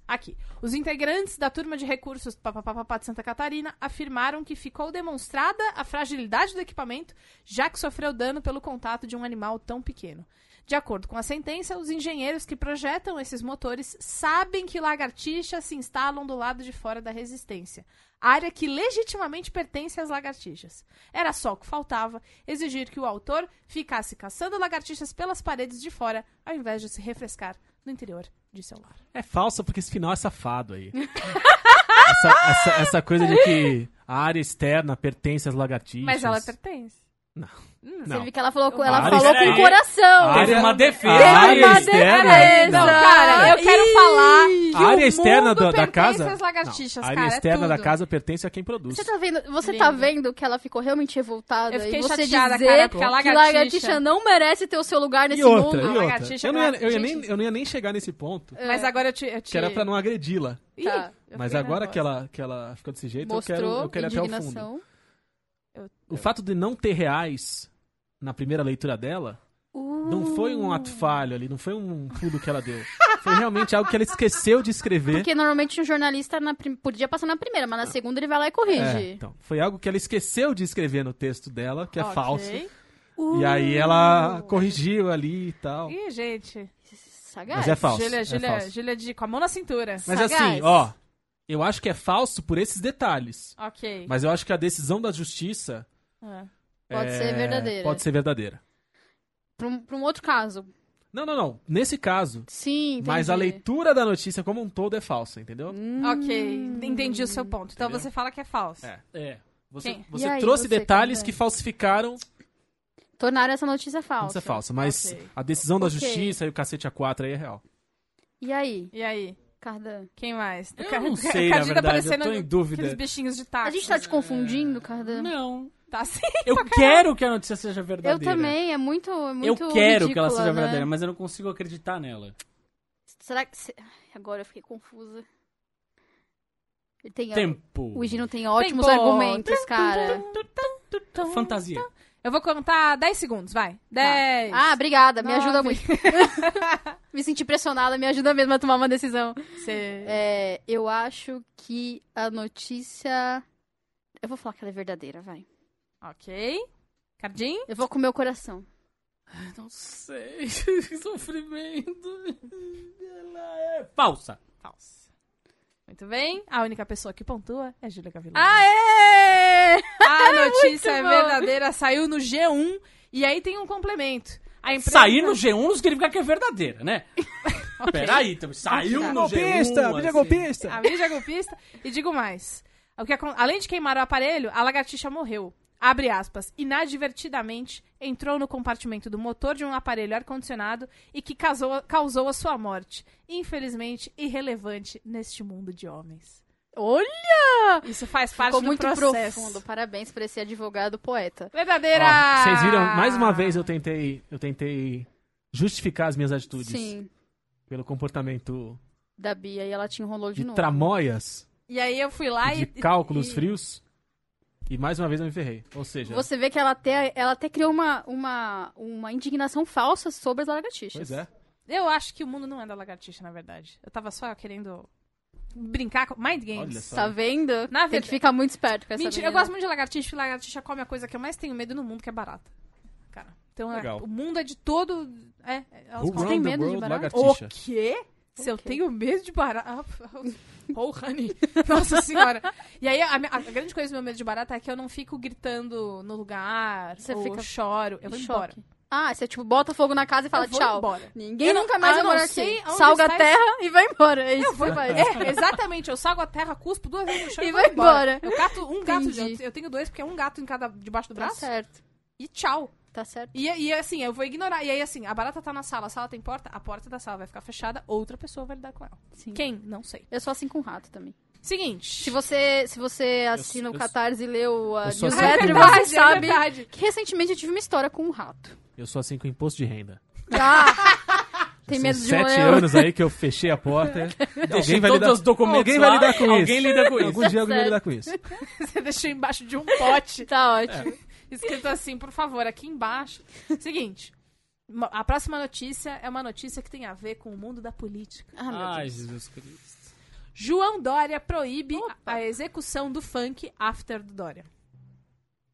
B: Aqui. Os integrantes da turma de recursos papapá de Santa Catarina afirmaram que ficou demonstrada a fragilidade do equipamento, já que sofreu dano pelo contato de um animal tão pequeno. De acordo com a sentença, os engenheiros que projetam esses motores sabem que lagartixas se instalam do lado de fora da resistência, área que legitimamente pertence às lagartixas. Era só o que faltava, exigir que o autor ficasse caçando lagartixas pelas paredes de fora, ao invés de se refrescar no interior de seu lar.
E: É falsa porque esse final é safado aí. [LAUGHS] essa, essa, essa coisa de que a área externa pertence às lagartixas.
B: Mas ela pertence.
E: Não.
B: Hum,
E: Não.
C: Você viu que ela falou, com-
B: Eu-
C: ela
E: Para,
C: falou
D: espera
C: com
D: aí.
C: o coração.
E: Para.
D: Teve
E: área-
D: Ah, é uma
E: A
D: defesa.
E: área
C: É uma
E: externa.
B: Não,
C: Não.
B: cara, eu quero falar que
E: a área
B: o
E: externa
B: mundo
E: da, da
B: pertence
E: casa.
B: às lagartixas,
E: Não, a
B: cara.
E: área
B: é
E: externa da
B: tudo.
E: casa pertence a quem produz.
C: Você tá vendo, você tá vendo que ela ficou realmente revoltada
B: Eu fiquei
C: e você
B: chateada,
C: dizer
B: cara, porque é a
C: que
B: lagartixa-
C: lagartixa não merece ter o seu lugar nesse
E: E outra,
C: mundo.
E: e outra.
B: lagartixa
E: Eu não, ia,
B: pra-
E: eu, ia nem,
B: gente.
E: eu não ia nem chegar nesse ponto,
B: É. Mas agora eu te... Eu te...
E: que era pra não agredi-la.
B: Ih,
C: Tá.
B: eu
E: Mas
B: fiquei
E: agora que
B: nervosa.
E: ela, que ela ficou desse jeito,
C: Mostrou
E: eu quero, eu quero ir até o fundo.
C: indignação.
E: O fato de não ter reais na primeira leitura dela não foi um
C: Uh.
E: ato falho ali, não foi um pulo que ela deu. Foi realmente algo que ela esqueceu de escrever.
C: Porque normalmente um jornalista na prim- podia passar na primeira, mas na segunda ele vai lá e
E: Ah. É,
C: corrige.
E: então, foi algo que ela esqueceu de escrever no texto dela, que é
B: Ok.
E: falso. E
C: Uh.
E: aí ela corrigiu ali e tal.
B: Ih, gente.
C: Sagaz.
E: Mas é falso.
B: Júlia,
E: é
B: Júlia,
E: falso.
B: Júlia de... com a mão na cintura.
E: Mas
C: sagaz.
E: assim, ó, eu acho que é falso por esses detalhes.
B: Ok.
E: Mas eu acho que a decisão da justiça
B: Ah.
C: Pode
E: é,
C: ser verdadeira.
E: Pode ser verdadeira.
C: Pra um, pra um outro caso.
E: Não, não, não. Nesse caso,
C: Sim, entendi. Hum,
E: mas a leitura da notícia como um todo é falsa, entendeu?
B: Ok, entendi o seu ponto. Então
E: Entendeu?
B: você fala que é falso.
E: É. é. Você,
B: Quem?
E: você
C: E aí,
E: trouxe
C: você é?
E: detalhes
C: também?
E: que falsificaram
C: Tornaram essa notícia
E: a
C: falsa.
E: notícia falsa, mas
B: Ok.
E: a decisão da
C: Ok.
E: justiça e o cacete A4 aí é real.
C: E aí,
B: E aí?
C: Cardan?
B: Quem mais?
D: Eu
B: Ca- [LAUGHS]
D: não
B: Ca-
D: sei, na
B: Cadida
D: verdade, eu
B: parecendo
D: tô em dúvida.
B: Aqueles bichinhos de táxi.
C: A gente tá te confundindo, Cardan?
D: Não.
B: Tá sim.
D: Eu quero que a notícia seja
C: Eu
D: verdadeira.
C: também, é muito, é
D: Eu
C: muito
D: quero que ela
C: ridícula,
D: seja
C: né?
D: verdadeira, mas eu não consigo acreditar nela.
C: Será que. se- Ai, Agora eu fiquei confusa. Ele tem.
D: Tempo.
C: É, O Gino tem [LAUGHS] ótimos
B: Tempo.
C: argumentos, cara. tá
D: Fantasia.
B: Eu vou contar 10 segundos, vai. 10.
C: Ah, obrigada, me
B: Nove.
C: ajuda muito. [LAUGHS] me senti pressionada, me ajuda mesmo a tomar uma decisão.
B: Cê-
C: É, eu acho que a notícia. Eu vou falar que ela é verdadeira, vai.
B: Ok. Cardim?
C: Eu vou com o meu coração. [LAUGHS]
D: Não sei. que sofrimento. Ela é falsa.
B: Falso. Muito bem. A única pessoa que pontua é Júlia Gavilão.
C: Aê! [LAUGHS]
B: A notícia é
C: bom.
B: verdadeira, saiu no G1 e aí tem um complemento. A
C: É
B: empresa...
D: Sair no G1 não significa que é
C: [LAUGHS]
D: verdadeira, né?
B: Ok.
D: Peraí, também.
C: Ah, um
D: Saiu no G1. assim.
E: golpista!
C: Então.
B: A mídia golpista. E digo mais. O que acon- Além de queimar o aparelho, a lagartixa morreu. Abre aspas. Inadvertidamente, entrou no compartimento do motor de um aparelho ar-condicionado e que casou- causou a sua morte. Infelizmente, irrelevante neste mundo de homens.
C: Olha!
B: Isso faz parte
C: Ficou
B: do
C: muito
B: processo.
C: profundo. Parabéns pra esse advogado poeta.
B: Verdadeira!
E: Ó, Vocês viram? Mais uma vez eu tentei, eu tentei justificar as minhas atitudes
C: Sim,
E: pelo comportamento
C: da Bia, e ela te enrolou de,
E: de,
C: novo.
E: tramóias,
B: E aí eu fui lá
E: de
B: e...
E: cálculos
B: e-
E: frios. E mais uma vez eu me ferrei. Ou seja,
C: Você vê que ela até, ela até criou uma, uma, uma indignação falsa sobre as lagartixas.
E: pois é.
B: Eu acho que o mundo não é da lagartixa, na verdade. Eu tava só querendo brincar com... Mind games.
E: Olha só.
C: Tá vendo?
B: Na
C: Tem
B: verdade-
C: que ficar muito esperto com essa
B: Mentira, eu
C: menina.
B: gosto muito de lagartixa, porque lagartixa come a coisa que eu mais tenho medo no mundo, que é barata. Cara, Então é-
E: Legal.
B: o mundo é de todo. É, é- elas
E: Who
B: falam,
E: run
C: tem
E: the
C: medo de
E: world,
C: barata?
E: lagartixa?
B: O quê? Se eu
A: Ok.
B: tenho medo de barata. [LAUGHS] Porra, honey. [LAUGHS] Nossa senhora. E aí, a, minha- a grande coisa do meu medo de barata é que eu não fico gritando no lugar,
C: Você
B: ou
C: fica
B: eu choro. Eu vou embora.
C: Choque. Ah, você tipo bota fogo na casa e fala
B: Eu vou
C: tchau.
B: embora.
C: Ninguém
B: Eu não-
C: nunca mais
B: ah,
C: vai
B: eu não
C: morar
B: sei
C: aqui.
B: onde
C: Salga
B: está
C: a terra e vai embora. É isso
B: Eu
C: que
B: vou
C: você faz.
B: embora.
C: [LAUGHS]
B: É, exatamente. Eu salgo a terra, cuspo duas vezes no chão
C: E
B: e, vou
C: vai
B: embora.
C: embora.
B: Eu cato um gato. de-
C: Entendi.
B: eu tenho dois, porque é um gato em cada debaixo do
C: Tá
B: braço.
C: certo.
B: E tchau.
C: Tá certo.
B: E, e assim, eu vou ignorar. E aí, assim, a barata tá na sala, a sala tem porta, a porta da sala vai ficar fechada, outra pessoa vai lidar com ela.
C: Sim.
B: Quem? Não sei.
C: Eu sou assim com rato também.
B: Seguinte.
C: Se você, se você assina
E: eu-
C: o Catarse e leu a
E: eu sou assim
C: newsletter,
E: com
C: você
B: rato. É
C: sabe
B: verdade.
C: que recentemente eu tive uma história com um rato.
E: Eu sou assim com imposto de renda.
C: Ah, [LAUGHS] tem
E: Tem
C: medo de um
E: sete
C: leão.
E: anos aí que eu fechei a
C: [LAUGHS]
E: porta.
D: Deixei
E: alguém vai
D: todos
E: lidar,
D: os documentos
E: alguém vai
D: lá,
E: lidar com
D: alguém
E: isso.
D: lida com isso.
E: Algum dia alguém
C: Certo.
E: vai lidar com isso.
B: Você deixou embaixo de um pote.
C: Tá
E: É.
C: ótimo.
B: Escrito assim, por favor, aqui embaixo. Seguinte. ma- A próxima notícia é uma notícia que tem a ver com o mundo da política.
C: Ah, meu Deus.
D: Ai, Jesus Cristo.
B: João Dória proíbe a a execução do funk After do Dória.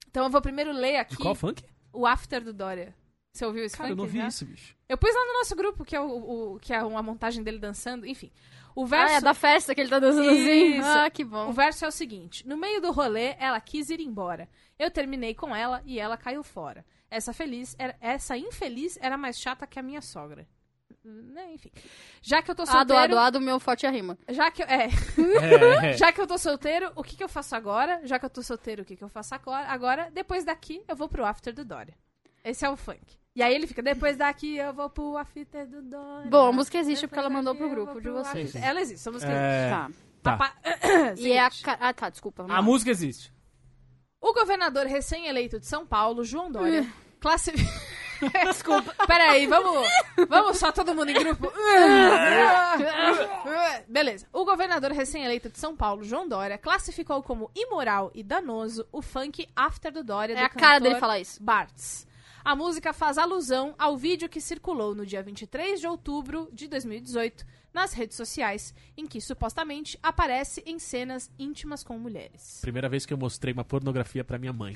B: Então eu vou primeiro ler
E: De
B: aqui
E: qual funk?
B: o After do Dória. Você ouviu esse
E: Cara, eu
B: funk? Né?
E: não vi
C: né?
B: já?
E: isso, bicho.
B: Eu pus lá no nosso grupo, que é, o, o- que é uma montagem dele dançando, enfim. O
C: Ah,
B: verso,
C: é da festa que ele tá dançando assim.
B: Isso.
C: Ah, que
B: o
C: bom.
B: verso é o seguinte: No meio do rolê, ela quis ir embora. Eu terminei com ela e ela caiu fora. Essa feliz, era- essa infeliz era mais chata que a minha sogra. Né, Enfim. Já que eu tô
C: Ado, ado,
B: solteiro.
C: ado, meu forte a rima.
B: Já que eu, é,
C: [LAUGHS]
D: É,
B: já que eu tô solteiro, o que que eu faço agora? Já que eu tô solteiro, o que que eu faço agora? Agora, depois daqui, eu vou pro after do Dória. Esse é o funk. E aí ele fica, depois daqui eu vou pro after do Dória.
C: Bom, a música existe porque
B: Depois
C: ela mandou
B: daqui
C: pro
B: eu
C: grupo
B: vou
C: de
B: pro
C: vocês.
B: after- Ela existe, essa música existe.
D: É,
C: Tá.
E: Tá.
B: Pa-
C: E é a ca- Ah, tá, desculpa. vamos
D: A
C: lá.
D: música existe.
B: O governador recém-eleito de São Paulo, João Dória,
C: [LAUGHS]
B: classi...
C: Desculpa.
B: Peraí, vamos, vamos só todo mundo em grupo. Beleza. O governador recém-eleito de São Paulo, João Dória, classificou como imoral e danoso o funk After do Dória
C: É
B: do
C: a cara
B: cantor
C: dele falar isso.
B: Bartz. A música faz alusão ao vídeo que circulou no dia 23 de outubro de 2018 nas redes sociais, em que supostamente aparece em cenas íntimas com mulheres.
E: Primeira vez que eu mostrei uma pornografia pra minha mãe.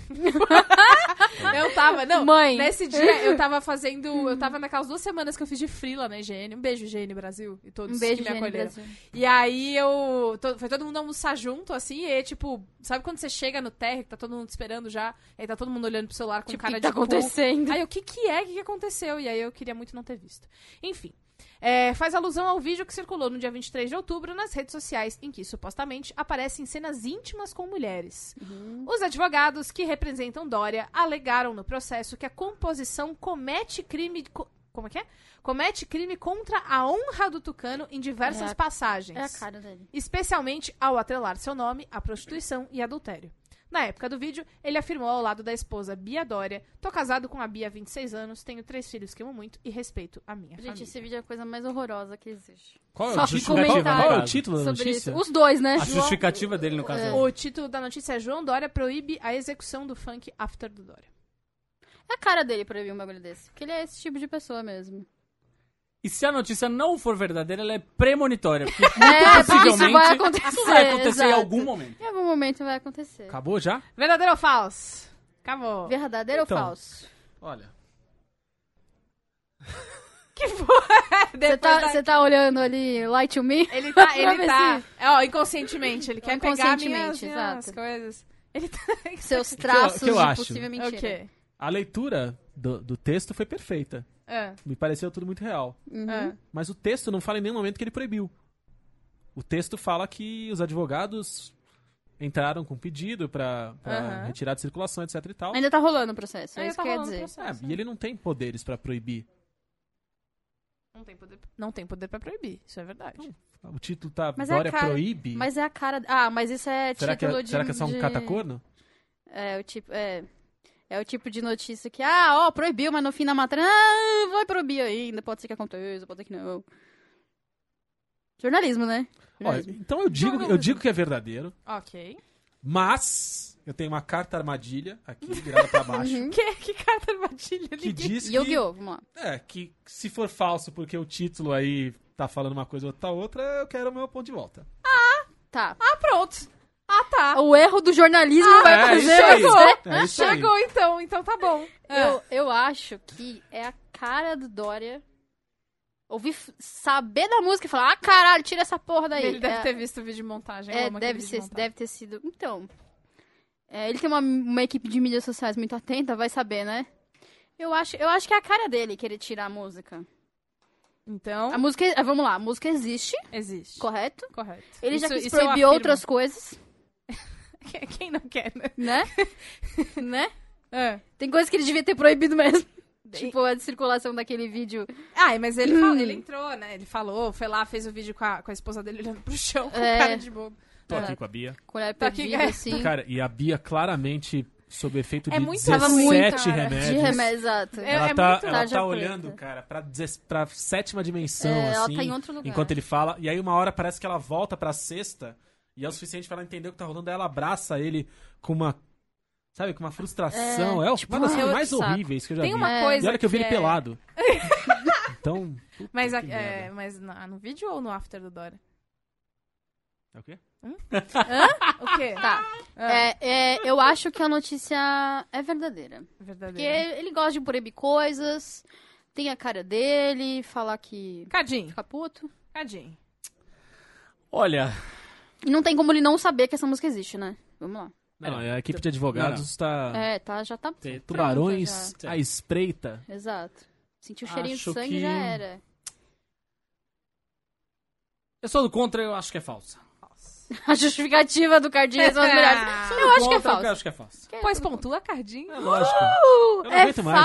B: Eu tava, não.
C: Mãe.
B: Nesse dia eu
C: [LAUGHS]
B: tava fazendo. Eu tava naquelas duas semanas que eu fiz de Freela na IGN. Um beijo, IGN Brasil e todos
C: Um beijo,
B: que me
C: Jane
B: acolheram.
C: Brasil.
B: E aí eu. to- foi todo mundo almoçar junto, assim, e aí, tipo, sabe quando você chega no térreo, que tá todo mundo te esperando já, e aí tá todo mundo olhando pro celular com
C: Tipo, o
B: cara
C: que
B: de
C: tá
B: cu.
C: acontecendo?
B: Aí eu, o que que é? O que que aconteceu? E aí eu queria muito não ter visto. Enfim. é, faz alusão ao vídeo que circulou no dia 23 de outubro nas redes sociais, em que supostamente aparecem cenas íntimas com mulheres.
C: Uhum.
B: Os advogados que representam Dória alegaram no processo que a composição comete crime. co- como é que é? Comete crime contra a honra do Tucano em diversas
C: É a-
B: passagens
C: É a cara dele.
B: especialmente ao atrelar seu nome à prostituição e adultério. Na época do vídeo, ele afirmou ao lado da esposa Bia Dória: Tô casado com a Bia há 26 anos, tenho três filhos que amo muito e respeito a minha
C: Gente,
B: família.
C: esse vídeo é a coisa mais horrorosa que existe.
E: Qual
C: Só
E: Qual,
C: comentário
E: qual é o título da
C: Sobre
E: notícia?
C: isso. Os dois, né?
D: A justificativa dele, no caso. é-
B: O título da notícia é João Dória proíbe a execução do funk after do Dória.
C: É a cara dele proibir um bagulho desse. Porque ele é esse tipo de pessoa mesmo.
D: E se a notícia não for verdadeira, ela é premonitória. Porque
C: [LAUGHS] É, porque isso
D: possivelmente
C: vai acontecer.
D: isso vai acontecer em
C: exato.
D: algum momento.
C: Em algum momento vai acontecer.
E: Acabou já?
B: Verdadeiro ou falso? Acabou.
C: Verdadeiro
E: Então.
C: ou falso?
E: Olha.
B: [LAUGHS] Que porra? é
C: Você
B: Depois
C: tá,
B: da-
C: você tá olhando ali Light to Me?
B: Ele
C: [LAUGHS]
B: tá,
C: Pra
B: ele
C: ver
B: tá. Ó, inconscientemente, ele quer pegar minhas,
C: Inconscientemente,
B: minhas
C: exato.
B: coisas. Ele tá.
C: Seus
E: eu-
C: traços
E: que eu
C: de
E: acho?
C: possível
B: O
C: mentira.
B: quê?
E: A leitura do, do texto foi perfeita.
B: Ah,
E: Me pareceu tudo muito real.
C: Uhum.
B: ah.
E: Mas o texto não fala em nenhum momento que ele proibiu. O texto fala que os advogados entraram com pedido pra, pra
B: Aham.
E: retirar de circulação, etc e tal.
C: Ainda tá rolando o processo, é
B: Ainda
C: isso
B: tá
C: que eu ia
B: rolando o
C: dizer.
E: É,
B: processo,
E: e ele não tem poderes pra proibir.
B: Não tem poder, não tem poder para proibir, isso é verdade.
E: O título tá
C: Mas é a
E: Dória
C: cara-
E: proíbe.
C: Mas é a cara. Ah, mas isso é
E: será que
C: título
E: é,
C: de.
E: será que é só um
C: de-
E: catacorno?
C: É o tipo. É. É o tipo de notícia que, ah, ó, proibiu, mas no fim da matéria, ah, vai proibir ainda, pode ser que aconteça, pode ser que não. Jornalismo, né?
E: Olha,
C: Jornalismo.
E: então eu digo, eu digo que é verdadeiro,
B: Ok. [LAUGHS]
E: mas eu tenho uma carta armadilha aqui virada pra baixo
B: Que, que carta armadilha?
C: [LAUGHS]
E: que
B: Ninguém-
E: diz que,
C: Uhum. Yu-Gi-Oh! Vamos lá.
E: é, que se for falso porque o título aí
C: [LAUGHS]
E: tá falando uma coisa ou tá outra, eu quero o meu ponto de volta.
C: Tá.
B: Ah, pronto. Ah, tá. tá.
C: O erro do jornalismo vai
E: é,
C: fazer.
E: isso aí.
C: você-
E: É isso aí.
B: Chegou então, então tá bom.
C: [LAUGHS] Eu, eu acho que é a cara do Dória. Ouvir, f- saber da música e falar, ah, caralho, tira essa porra daí.
B: Ele deve
C: É-
B: ter visto o vídeo de montagem. eu
C: É,
B: amo aquele
C: deve,
B: vídeo
C: ser,
B: de montagem.
C: deve ter sido. Então. é, ele tem uma, uma equipe de mídias sociais muito atenta, vai saber, né? Eu acho, eu acho que é a cara dele querer tirar a música.
B: Então,
C: A música. ah, Vamos lá, a música existe,
B: existe.
C: correto?
B: Correto.
C: Ele já
B: Isso-
C: quis
B: isso eu
C: proibir
B: afirmo.
C: outras coisas,
B: [LAUGHS] Quem- Quem não quer, né?
E: [LAUGHS]
B: [LAUGHS]
C: né? né?
E: É.
B: Ah.
C: Tem coisas que ele devia ter proibido mesmo.
B: De-
C: Tipo, a circulação daquele vídeo.
B: Ai, mas ele,
E: [CLEARS THROAT]
B: falou,
C: Hum.
B: ele entrou, né? Ele falou, foi lá, fez o vídeo com a, com a esposa dele olhando pro chão com
C: É.
B: cara de bobo.
E: Tô aqui com a Bia.
C: Com o olhar
B: Tá aqui,
C: perdido,
B: é.
C: assim.
E: Cara, e a Bia claramente sob efeito
B: É
E: de
B: muito- tava
E: 17
B: muito, cara.
E: remédios.
C: De remédio, exato.
B: É-
E: Ela tá,
B: muito
E: ela
C: tarja preta.
E: tá olhando, cara, pra, dezes- pra sétima dimensão,
C: É, ela
E: assim.
C: tá em outro lugar.
E: Enquanto ele fala. E aí uma hora parece que ela volta pra sexta. E é o suficiente pra ela entender o que tá rolando. Aí ela abraça ele com uma... Sabe, com uma frustração. É,
C: tipo,
E: uma das
C: ah,
E: coisas
C: eu-
E: mais
C: saco.
E: horríveis que eu já
B: Tem
E: vi.
B: uma
C: É.
B: coisa.
E: E olha que eu vi ele
B: é- [LAUGHS]
E: pelado. então... puta
B: Mas, a-
E: que
B: é,
E: merda.
B: mas na- no vídeo ou no after do Dora? Hum?
E: É o quê?
B: O
E: [LAUGHS]
B: quê?
C: Tá.
B: Ah,
C: É, é, eu acho que a notícia é verdadeira. Porque
B: Verdadeiro.
C: ele gosta de proibir coisas, tem a cara dele, falar que
B: Cadinho,
C: fica puto.
B: cadinho.
D: Olha,
C: E não tem como ele não saber que essa música existe, né? Vamos lá.
E: Não,
B: é.
E: a equipe de advogados tá...
D: Ah.
C: É, tá, já tá.
E: é Tem
C: pronta
E: tubarões
D: já.
E: à espreita.
C: já. Exato. Sentiu o cheirinho
D: Acho
C: de sangue
D: que-
C: já era. [LAUGHS]
D: eu sou do contra, eu acho que é falsa.
C: A justificativa do Cardinho é
B: [LAUGHS]
C: uma das melhores.
B: Tá
D: Sou do
C: acho que é
D: contra,
C: falsa.
D: Eu acho que é falsa.
B: Pois pontua, Cardinho.
E: É lógico.
C: Uh,
E: não
C: é
E: aguento mais.
B: A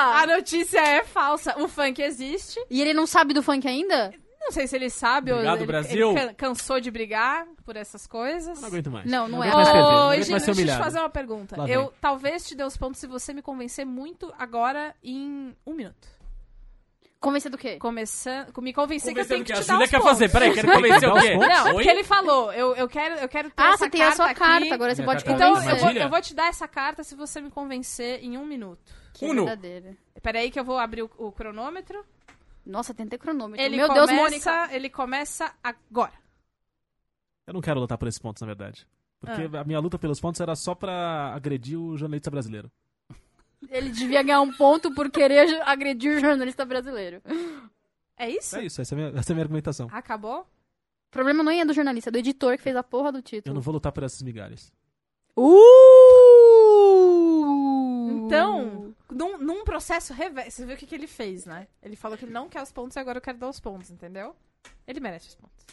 C: falsa!
B: notícia é falsa. O funk existe.
C: E ele não sabe do funk ainda?
B: Não sei se ele sabe ou
D: Obrigado,
B: ele,
D: Brasil.
B: ele can- cansou de brigar por essas coisas.
E: Não aguento mais.
C: Não, não é.
E: aguento mais perder, não
B: Ô,
E: aguento
B: Gil,
E: mais ser
B: deixa eu te
E: humilhado.
B: fazer uma pergunta.
E: Lá vem.
B: Eu talvez te dê os pontos se você me convencer muito agora em um minuto.
C: Convencer do quê?
B: Começando, me convencer que eu tenho
D: Convencendo
B: que te
D: que a
B: dar
D: Cida
B: os
D: quer
B: pontos.
D: fazer. Peraí, quero convencer o quê?
B: Não, é
D: Oi?
B: porque ele falou, eu, eu quero, eu quero ter
C: Ah,
B: essa
C: você tem a
B: carta
C: sua
B: aqui.
C: carta, agora você
E: Minha
C: pode
E: carta
B: Então,
E: Uma
B: eu vou,
E: armadilha?
B: eu vou te dar essa carta se você me convencer em um minuto.
C: Que
D: Uno.
C: verdadeira.
B: Peraí que eu vou abrir o, o cronômetro.
C: Nossa, tentei cronômetro.
B: Ele
C: Meu
B: começa,
C: Deus, Mônica.
B: Ele começa agora.
E: Eu não quero lutar por esses pontos, na verdade.
B: Ah.
E: Porque a minha luta pelos pontos era só pra agredir o jornalista brasileiro.
C: Ele devia ganhar um ponto por querer ju- agredir o jornalista brasileiro.
B: É isso?
E: É isso, essa é a minha, essa é a minha argumentação.
B: Ah, Acabou?
C: O problema não é do jornalista, é do editor que fez a porra do
E: Eu
C: título.
E: não vou lutar por essas migalhas.
C: Uh!
B: Então, num, num processo reverso, você viu o que, que ele fez, né? Ele falou que ele não quer os pontos e agora eu quero dar os pontos, entendeu? Ele merece os pontos.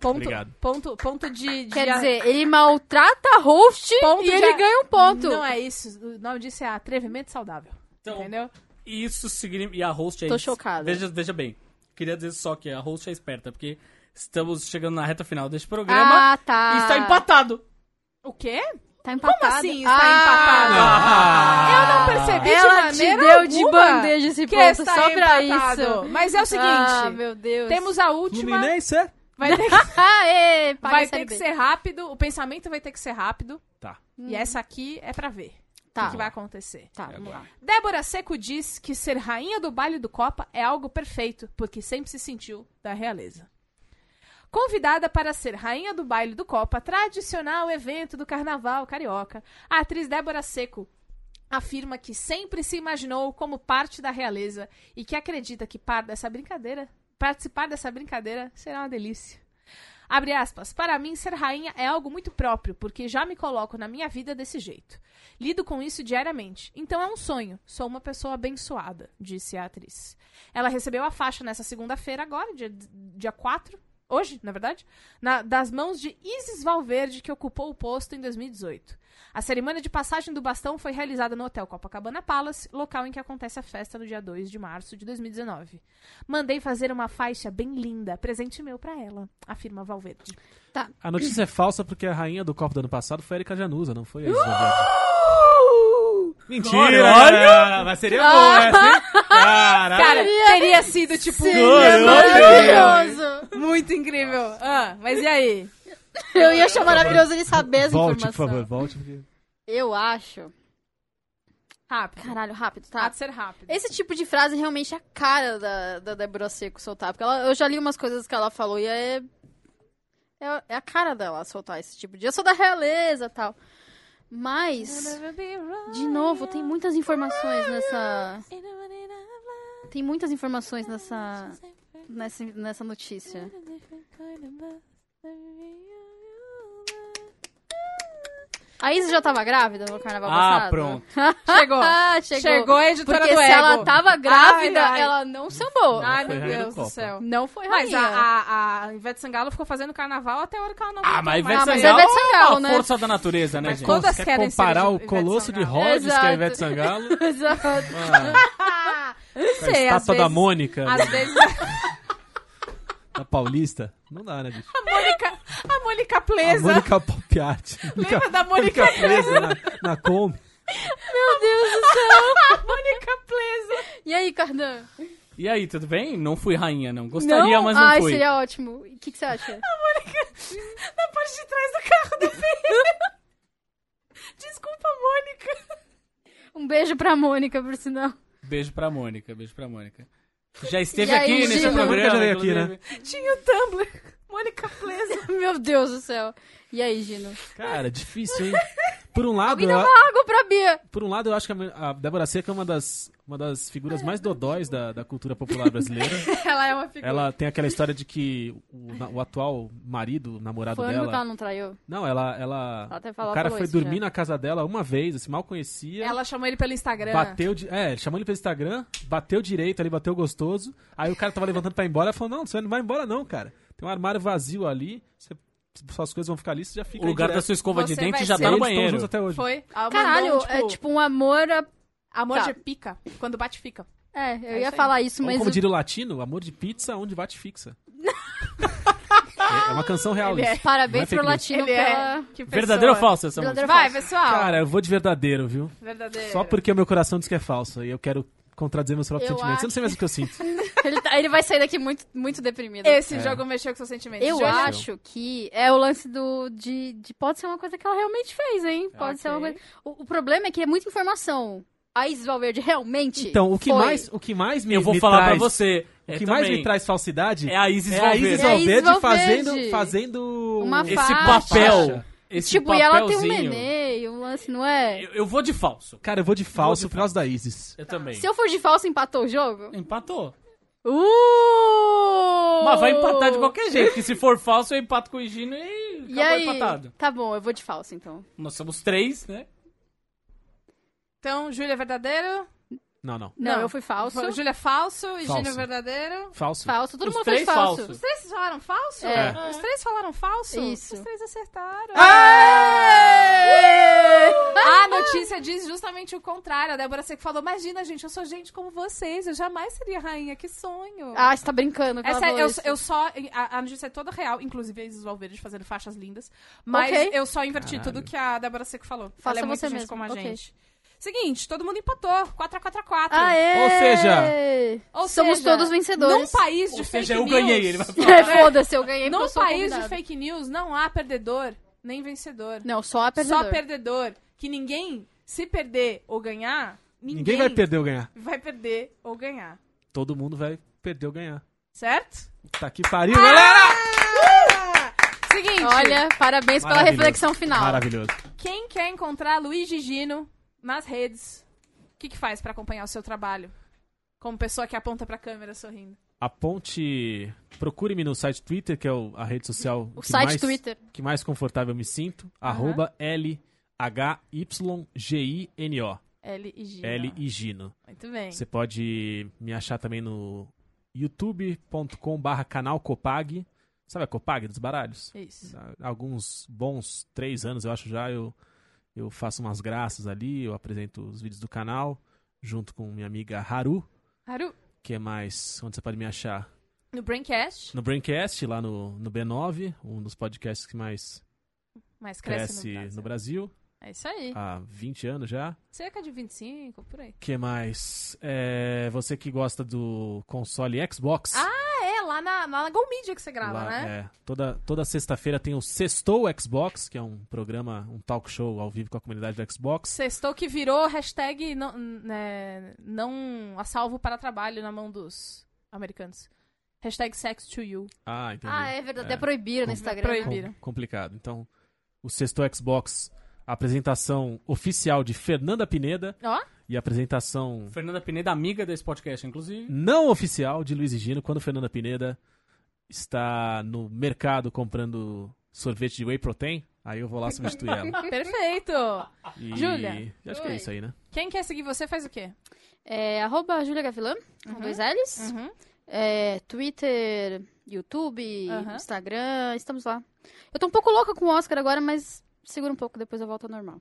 B: Ponto,
E: Obrigado.
B: ponto, ponto de, de
C: Quer
B: a-
C: dizer, ele maltrata a host
B: Ponto
C: e
B: de
C: ele
B: a-
C: ganha um ponto.
B: Não é isso. O nome disso é atrevimento saudável.
D: Então,
B: entendeu?
D: Isso significa. E a host é.
C: Tô chocada.
D: Veja, veja bem. Queria dizer só que a host é esperta, porque estamos chegando na reta final deste programa
C: Ah, tá.
D: e está empatado.
B: O quê?
C: Tá empatado.
B: Como assim está
C: Ah,
B: empatado?
D: Ah!
B: Eu não percebi
C: Ela
B: de
C: te
B: maneira
C: deu de
B: alguma
C: bandeja esse
B: que
C: ponto
B: está
C: só pra
B: empatado.
C: isso.
B: Mas é o seguinte,
C: Ah, meu Deus.
B: temos a última,
E: Fluminense!
B: vai ter que,
C: Aê, paga
B: vai
C: a série
B: ter que
C: B.
B: ser rápido, o pensamento vai ter que ser rápido.
E: Tá.
B: E essa aqui é pra ver o
C: Tá,
B: que que vai acontecer.
E: É
C: tá, vamos lá.
B: Débora Seco diz que ser rainha do baile do Copa é algo perfeito, porque sempre se sentiu da realeza. Convidada para ser rainha do baile do Copa, tradicional evento do carnaval carioca, a atriz Débora Seco afirma que sempre se imaginou como parte da realeza e que acredita que par dessa brincadeira, participar dessa brincadeira será uma delícia. Abre aspas. Para mim, ser rainha é algo muito próprio, porque já me coloco na minha vida desse jeito. Lido com isso diariamente. Então é um sonho. Sou uma pessoa abençoada, disse a atriz. Ela recebeu a faixa nessa segunda-feira, agora, dia, dia 4. Hoje, na verdade, na- das mãos de Isis Valverde, que ocupou o posto em 2018. A cerimônia de passagem do bastão foi realizada no Hotel Copacabana Palace, local em que acontece a festa no dia 2 de março de 2019. Mandei fazer uma faixa bem linda, presente meu pra ela, afirma Valverde.
E: A notícia é falsa porque a rainha do copo do ano passado foi a Erika Januza, não foi a Isis Valverde.
B: Uh!
E: Mentira! Olha! Mas seria boa essa, hein? Caralho!
B: Cara, teria sido tipo
E: Seria
C: é Maravilhoso.
B: muito incrível. Ah, mas e aí?
C: Eu ia achar maravilhoso ele saber essa
E: Volte, por
C: informação.
E: favor, volte. Porque...
C: Eu acho.
B: Rápido.
C: Caralho, rápido, tá?
B: Pode ser rápido.
C: Esse tipo de frase realmente é a cara da, da Débora Seco soltar. Porque ela- eu já li umas coisas que ela falou e é. É, é a cara dela soltar esse tipo de. Eu sou da realeza e tal. Mas, de novo, tem muitas informações nessa. Tem muitas informações nessa. Nessa, nessa notícia. A Isa já tava grávida no carnaval passado?
D: Ah, pronto.
C: Chegou. Ah,
B: Chegou.
C: chegou.
B: Chegou a editora
C: Porque
B: do
C: se
B: ego.
C: ela tá- tava grávida,
B: Ai, ai.
C: ela não sambou.
B: Ai,
D: Foi
B: meu
D: rainha
B: Deus
D: do
B: do
D: Copa.
B: céu.
C: Não foi
B: Mas
C: rainha.
B: a, a, a Ivete Sangalo ficou fazendo carnaval até a hora que ela não
D: Ah, mas
B: voltou mais.
D: Ivete
C: mas
D: Sangalo
C: é
D: é
C: Ivete Sangalo,
D: uma
C: né? [LAUGHS]
D: força da natureza, né,
B: Mas
D: gente?
B: quando- Todas
E: Você quer
B: querem ser
E: comparar o
B: Ivete
E: Colosso de
B: Sangalo.
E: Rhodes que é a
C: Exato.
E: Ivete Sangalo
C: Exato.
E: ah,
B: Não
E: com a
B: sei, às
E: estátua da
B: vezes-
E: Mônica da-
B: Às
E: [LAUGHS]
B: vezes
E: da Paulista? Não dá, né, bicho?
B: a Mônica, a Mônica
E: A
B: Plesa.
E: Mônica Popiati.
B: Lembra da Mônica
E: Mônica presa na, na Kombi.
C: Meu Deus do céu.
B: [LAUGHS] A Mônica Plesa.
C: E aí, Cardan?
D: E aí, tudo bem? Não fui rainha, não. Gostaria, mas não
C: Ai,
D: fui.
C: seria ótimo. O que, que você acha?
B: [LAUGHS] Na parte de trás do carro do filho. [LAUGHS] Desculpa, Mônica.
C: Um beijo pra Mônica, por sinal. [LAUGHS]
D: Beijo pra Mônica, beijo pra Mônica. Já esteve
C: E aí,
D: aqui nesse
C: Gino?
E: Nunca
D: programa,
E: joguei aqui, né?
D: inclusive.
B: Tinha o Tumblr. Mônica Plesa.
C: Meu Deus do céu. E aí, Gino?
E: Cara, difícil, hein? Por um lado,
C: E
E: eu-
C: não água pra Bia.
E: por um lado eu acho que a, a Débora Seca é uma das, uma das figuras mais dodóis da, da cultura popular brasileira.
C: [LAUGHS] Ela é uma figura.
E: Ela tem aquela história de que o, na- o atual marido, o namorado
C: Foi o único que ela
E: dela.
C: não traiu.
E: Não, ela. ela,
C: tá Ela até falou-
E: o cara
C: falou
E: foi
C: isso
E: dormir
C: já.
E: na casa dela uma vez, assim, mal conhecia.
B: Ela chamou ele pelo Instagram.
E: Bateu de. É, ele chamou ele pelo Instagram, bateu direito ali, bateu gostoso. Aí o cara tava levantando pra ir embora, ela falou: Não, você não vai embora, não, cara. Tem um armário vazio ali, você- suas coisas vão ficar ali, você já fica.
D: O
E: aí
D: lugar da
E: direto.
D: sua escova de
B: Você
D: dente
B: vai
D: já
E: E
B: ser- tipo
D: tá
E: aí
D: no
E: eles tão juntos
D: banheiro.
E: até hoje.
B: Foi. Ela
C: Caralho,
B: mandou,
C: é tipo um amor a...
B: Amor
C: Tá.
B: de pica. Quando bate, fica.
C: É, eu
B: É
C: ia
B: isso
C: falar isso,
E: Ou
C: mas...
E: como
C: o-
E: diria o um latino, amor de pizza onde
C: [LAUGHS]
E: bate fixa. é, é uma canção real
C: Ele
E: isso.
C: é. Parabéns
E: Não é
C: pro
E: fake news.
C: latino pela...
B: é Que pessoa.
D: Verdadeiro ou falso essa música?
C: Verdadeiro
B: Vai,
C: falso.
B: pessoal.
E: Cara, eu vou de verdadeiro, viu?
B: Verdadeiro.
E: Só porque o meu coração diz que é falso. E eu quero contradizer meus próprios
C: Eu
E: sentimentos. Eu não
C: acho-
E: sei mais o que eu sinto.
C: Ele, tá- ele vai sair daqui muito, muito deprimido.
B: Esse
E: É.
B: jogo mexeu com seus sentimentos.
C: Eu né?
B: Jojo,
C: acho que é o lance do. De, de- pode ser uma coisa que ela realmente fez, hein? Pode ser uma
B: Ah, Ok.
C: coisa. O, o problema é que é muita informação. A Isis Valverde realmente.
E: Então, o que,
C: foi.
E: mais, o que mais me
D: Eu vou
E: me
D: falar
E: traz,
D: pra você.
E: O
D: é
E: que mais
D: também-
E: me traz falsidade
D: É a Isis
E: É a Isis
D: Valverde.
C: É a Isis
E: Valverde
C: Valverde.
E: fazendo, fazendo
C: Uma
E: esse
C: faixa.
E: papel.
D: Esse
C: tipo, e ela tem um
D: papelzinho.
C: nenê, e um lance, não é?
D: Eu, eu vou de falso.
E: Cara, eu vou de falso
D: Vou de
E: por causa da Isis.
D: Eu também.
C: Tá. Se eu for de falso, empatou o jogo?
D: Empatou.
C: Uh!
D: Mas vai empatar de qualquer jeito, porque se for falso eu empato com o Gino e
C: E
D: acabou
C: aí?
D: empatado.
C: Tá bom, eu vou de falso então.
D: Nós somos três, né?
B: Então, Júlia é verdadeiro.
E: Não, não.
C: Não,
B: Não,
C: eu fui falso.
B: Fa- Júlia é falso e
E: Falso.
B: Gino é verdadeiro.
E: Falso.
C: Falso, todo
D: Os
C: mundo
D: três
C: fez falso.
D: falsos.
B: Os três falaram falso?
C: É.
B: Os três falaram falso?
C: Isso.
B: Os três acertaram.
C: Aê!
B: A notícia diz justamente o contrário. A Débora Seco falou: Imagina, gente, eu sou gente como vocês. Eu jamais seria rainha. Que sonho.
C: Ah, você tá brincando.
B: É
C: Essa
B: sério, eu, eu só. A, a notícia é toda real, inclusive a Isis Valverde fazendo faixas lindas. Mas
C: Ok.
B: eu só inverti tudo que a Débora Seco falou.
C: Faça
B: Ela é muito
C: você
B: gente
C: mesmo,
B: como a
C: ok.
B: gente. Seguinte, todo mundo empatou. 4x4x4.
C: Aê!
E: Ou seja,
B: Ou
C: Ah, é. somos
B: seja,
C: todos vencedores.
B: Num país de
D: Ou
B: fake
D: seja, eu
B: news.
D: ganhei. Ele vai
C: [LAUGHS] É, foda-se, eu ganhei porque
B: Num
C: eu sou
B: país de
C: convidada.
B: fake news não há perdedor nem vencedor.
C: Não, só a perdedor.
B: Só perdedor. Que ninguém, se perder ou ganhar, ninguém,
E: Ninguém vai perder ou ganhar.
B: vai perder ou ganhar.
E: Todo mundo vai perder ou ganhar.
B: Certo?
E: Tá que pariu,
C: Ah,
E: galera!
B: Seguinte,
C: Olha, parabéns pela
E: Maravilhoso.
C: reflexão final.
E: Maravilhoso.
B: quem quer encontrar Luiz Gino nas redes, o que, que faz pra acompanhar o seu trabalho? Como pessoa que aponta pra câmera sorrindo.
E: A ponte. Procure-me no site Twitter, que é o- a rede social
C: O
E: que,
C: site
E: mais,
C: Twitter.
E: que mais confortável eu me sinto. Arroba L-H-Y-G-I-N-O.
B: L e Gino.
E: L e Gino.
B: Muito bem.
E: Você pode me achar também no youtube.com/barra canal Copag. Sabe a Copag dos baralhos?
B: Isso.
E: Há Alguns bons três anos, eu acho já, eu, eu faço umas graças ali, eu apresento os vídeos do canal, junto com minha amiga Haru,
B: Haru,
E: que é mais onde você pode me achar
B: no Braincast,
E: no Braincast, lá no, no B9, um dos podcasts que mais
B: mas cresce,
E: cresce,
B: no,
E: no
B: Brasil.
E: Brasil,
B: É isso aí.
E: há 20 anos já.
B: Cerca de 25, por aí.
E: que mais? É, você que gosta do console Xbox.
B: Ah, É, lá na, lá na Go Media que você grava,
E: Lá,
B: né?
E: é. toda toda sexta-feira tem o Sextou Xbox, que é um programa, um talk show ao vivo com a comunidade do Xbox.
B: Sextou que virou hashtag não, né, não a salvo para trabalho na mão dos americanos. Hashtag sex to [LAUGHS] you.
E: Ah, entendi.
C: Ah, é verdade.
E: É.
C: É, proibiram no
E: Com-
C: Instagram.
B: É
C: né?
B: proibido.
E: Com- complicado. Então, o sexto Xbox, a apresentação oficial de Fernanda Pineda
B: Ó,
E: e a apresentação
D: Fernanda Pineda, amiga desse podcast, inclusive.
E: não oficial de Luiz e Gino, quando Fernanda Pineda está no mercado comprando sorvete de whey protein. Aí eu vou lá substituir
B: [LAUGHS]
E: ela.
B: perfeito.
E: E
B: Júlia.
E: Acho que é
C: Oi.
E: isso aí, né?
B: Quem quer seguir você faz o quê?
C: É, arroba Julia Gavilã, com dois L's.
B: Uhum.
C: É, Twitter, YouTube,
B: Aham.
C: Instagram, estamos lá. Eu tô um pouco louca com o Oscar agora, mas segura um pouco, depois eu volto ao normal.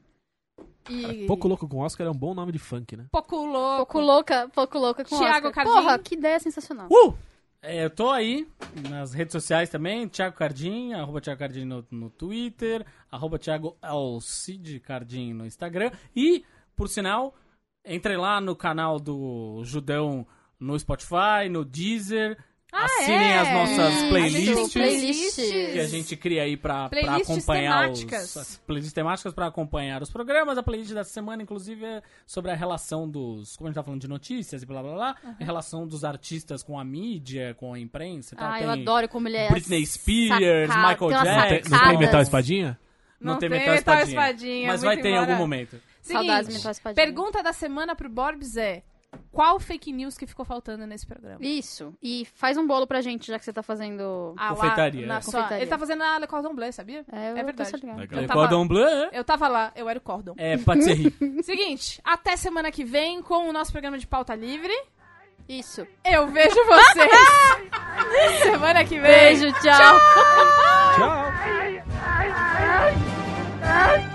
B: E...
E: Pouco Louco com Oscar é um bom nome de funk, né?
B: Pouco louco.
C: Pouco louca, pouco louca com o
B: Thiago
C: Oscar.
B: Cardim.
C: Porra, que ideia sensacional.
D: Uh! É, eu tô aí nas redes sociais também, Thiago Cardim, arroba Thiago Cardim no, no Twitter, arroba Thiago Alcide Cardim no Instagram. E, por sinal, entre lá no canal do Judão no Spotify, no Deezer, assinem
B: é?
D: as nossas
C: Hum,
B: A gente tem
D: playlists.
C: playlists.
D: que a gente cria aí pra, pra
B: Playlists
D: acompanhar
B: temáticas.
D: os as playlists temáticas para acompanhar os programas. A playlist da semana, inclusive, é sobre a relação dos, como a gente tá falando de notícias e blá blá blá, a relação dos artistas com a mídia, com a imprensa
E: Tá,
D: e tal.
C: Ah,
D: tem
C: eu adoro como ele é.
D: Britney Spears,
C: sacada-
D: Michael
C: tem umas
D: Jackson.
E: Não tem
C: sacadas.
E: metal espadinha?
D: Não, tem metal, espadinha. Mas vai
B: é muito
D: ter em
B: embora.
D: algum momento.
C: Saudades,
B: Seguinte,
C: mental espadinha.
B: pergunta da semana pro Borbs é: qual fake news que ficou faltando nesse programa?
C: Isso. E faz um bolo pra gente, já que você tá fazendo.
B: Ah, lá
D: Confeitaria,
B: na
D: é.
B: sua-
C: Confeitaria.
B: Ele tá fazendo a Le Cordon Bleu, sabia?
C: É, eu
B: é verdade.
C: tô ligado.
E: Legal.
B: Eu
D: Le
B: tava-
D: Cordon Bleu é-
B: Eu tava lá, eu era o
D: [LAUGHS]
B: Cordon.
D: é patisserie.
B: Seguinte, até semana que vem com o nosso programa de pauta livre.
C: Isso.
B: Eu vejo vocês
C: [LAUGHS]
B: semana que vem.
C: Beijo, tchau.
E: Tchau!
A: Ai, ai, ai.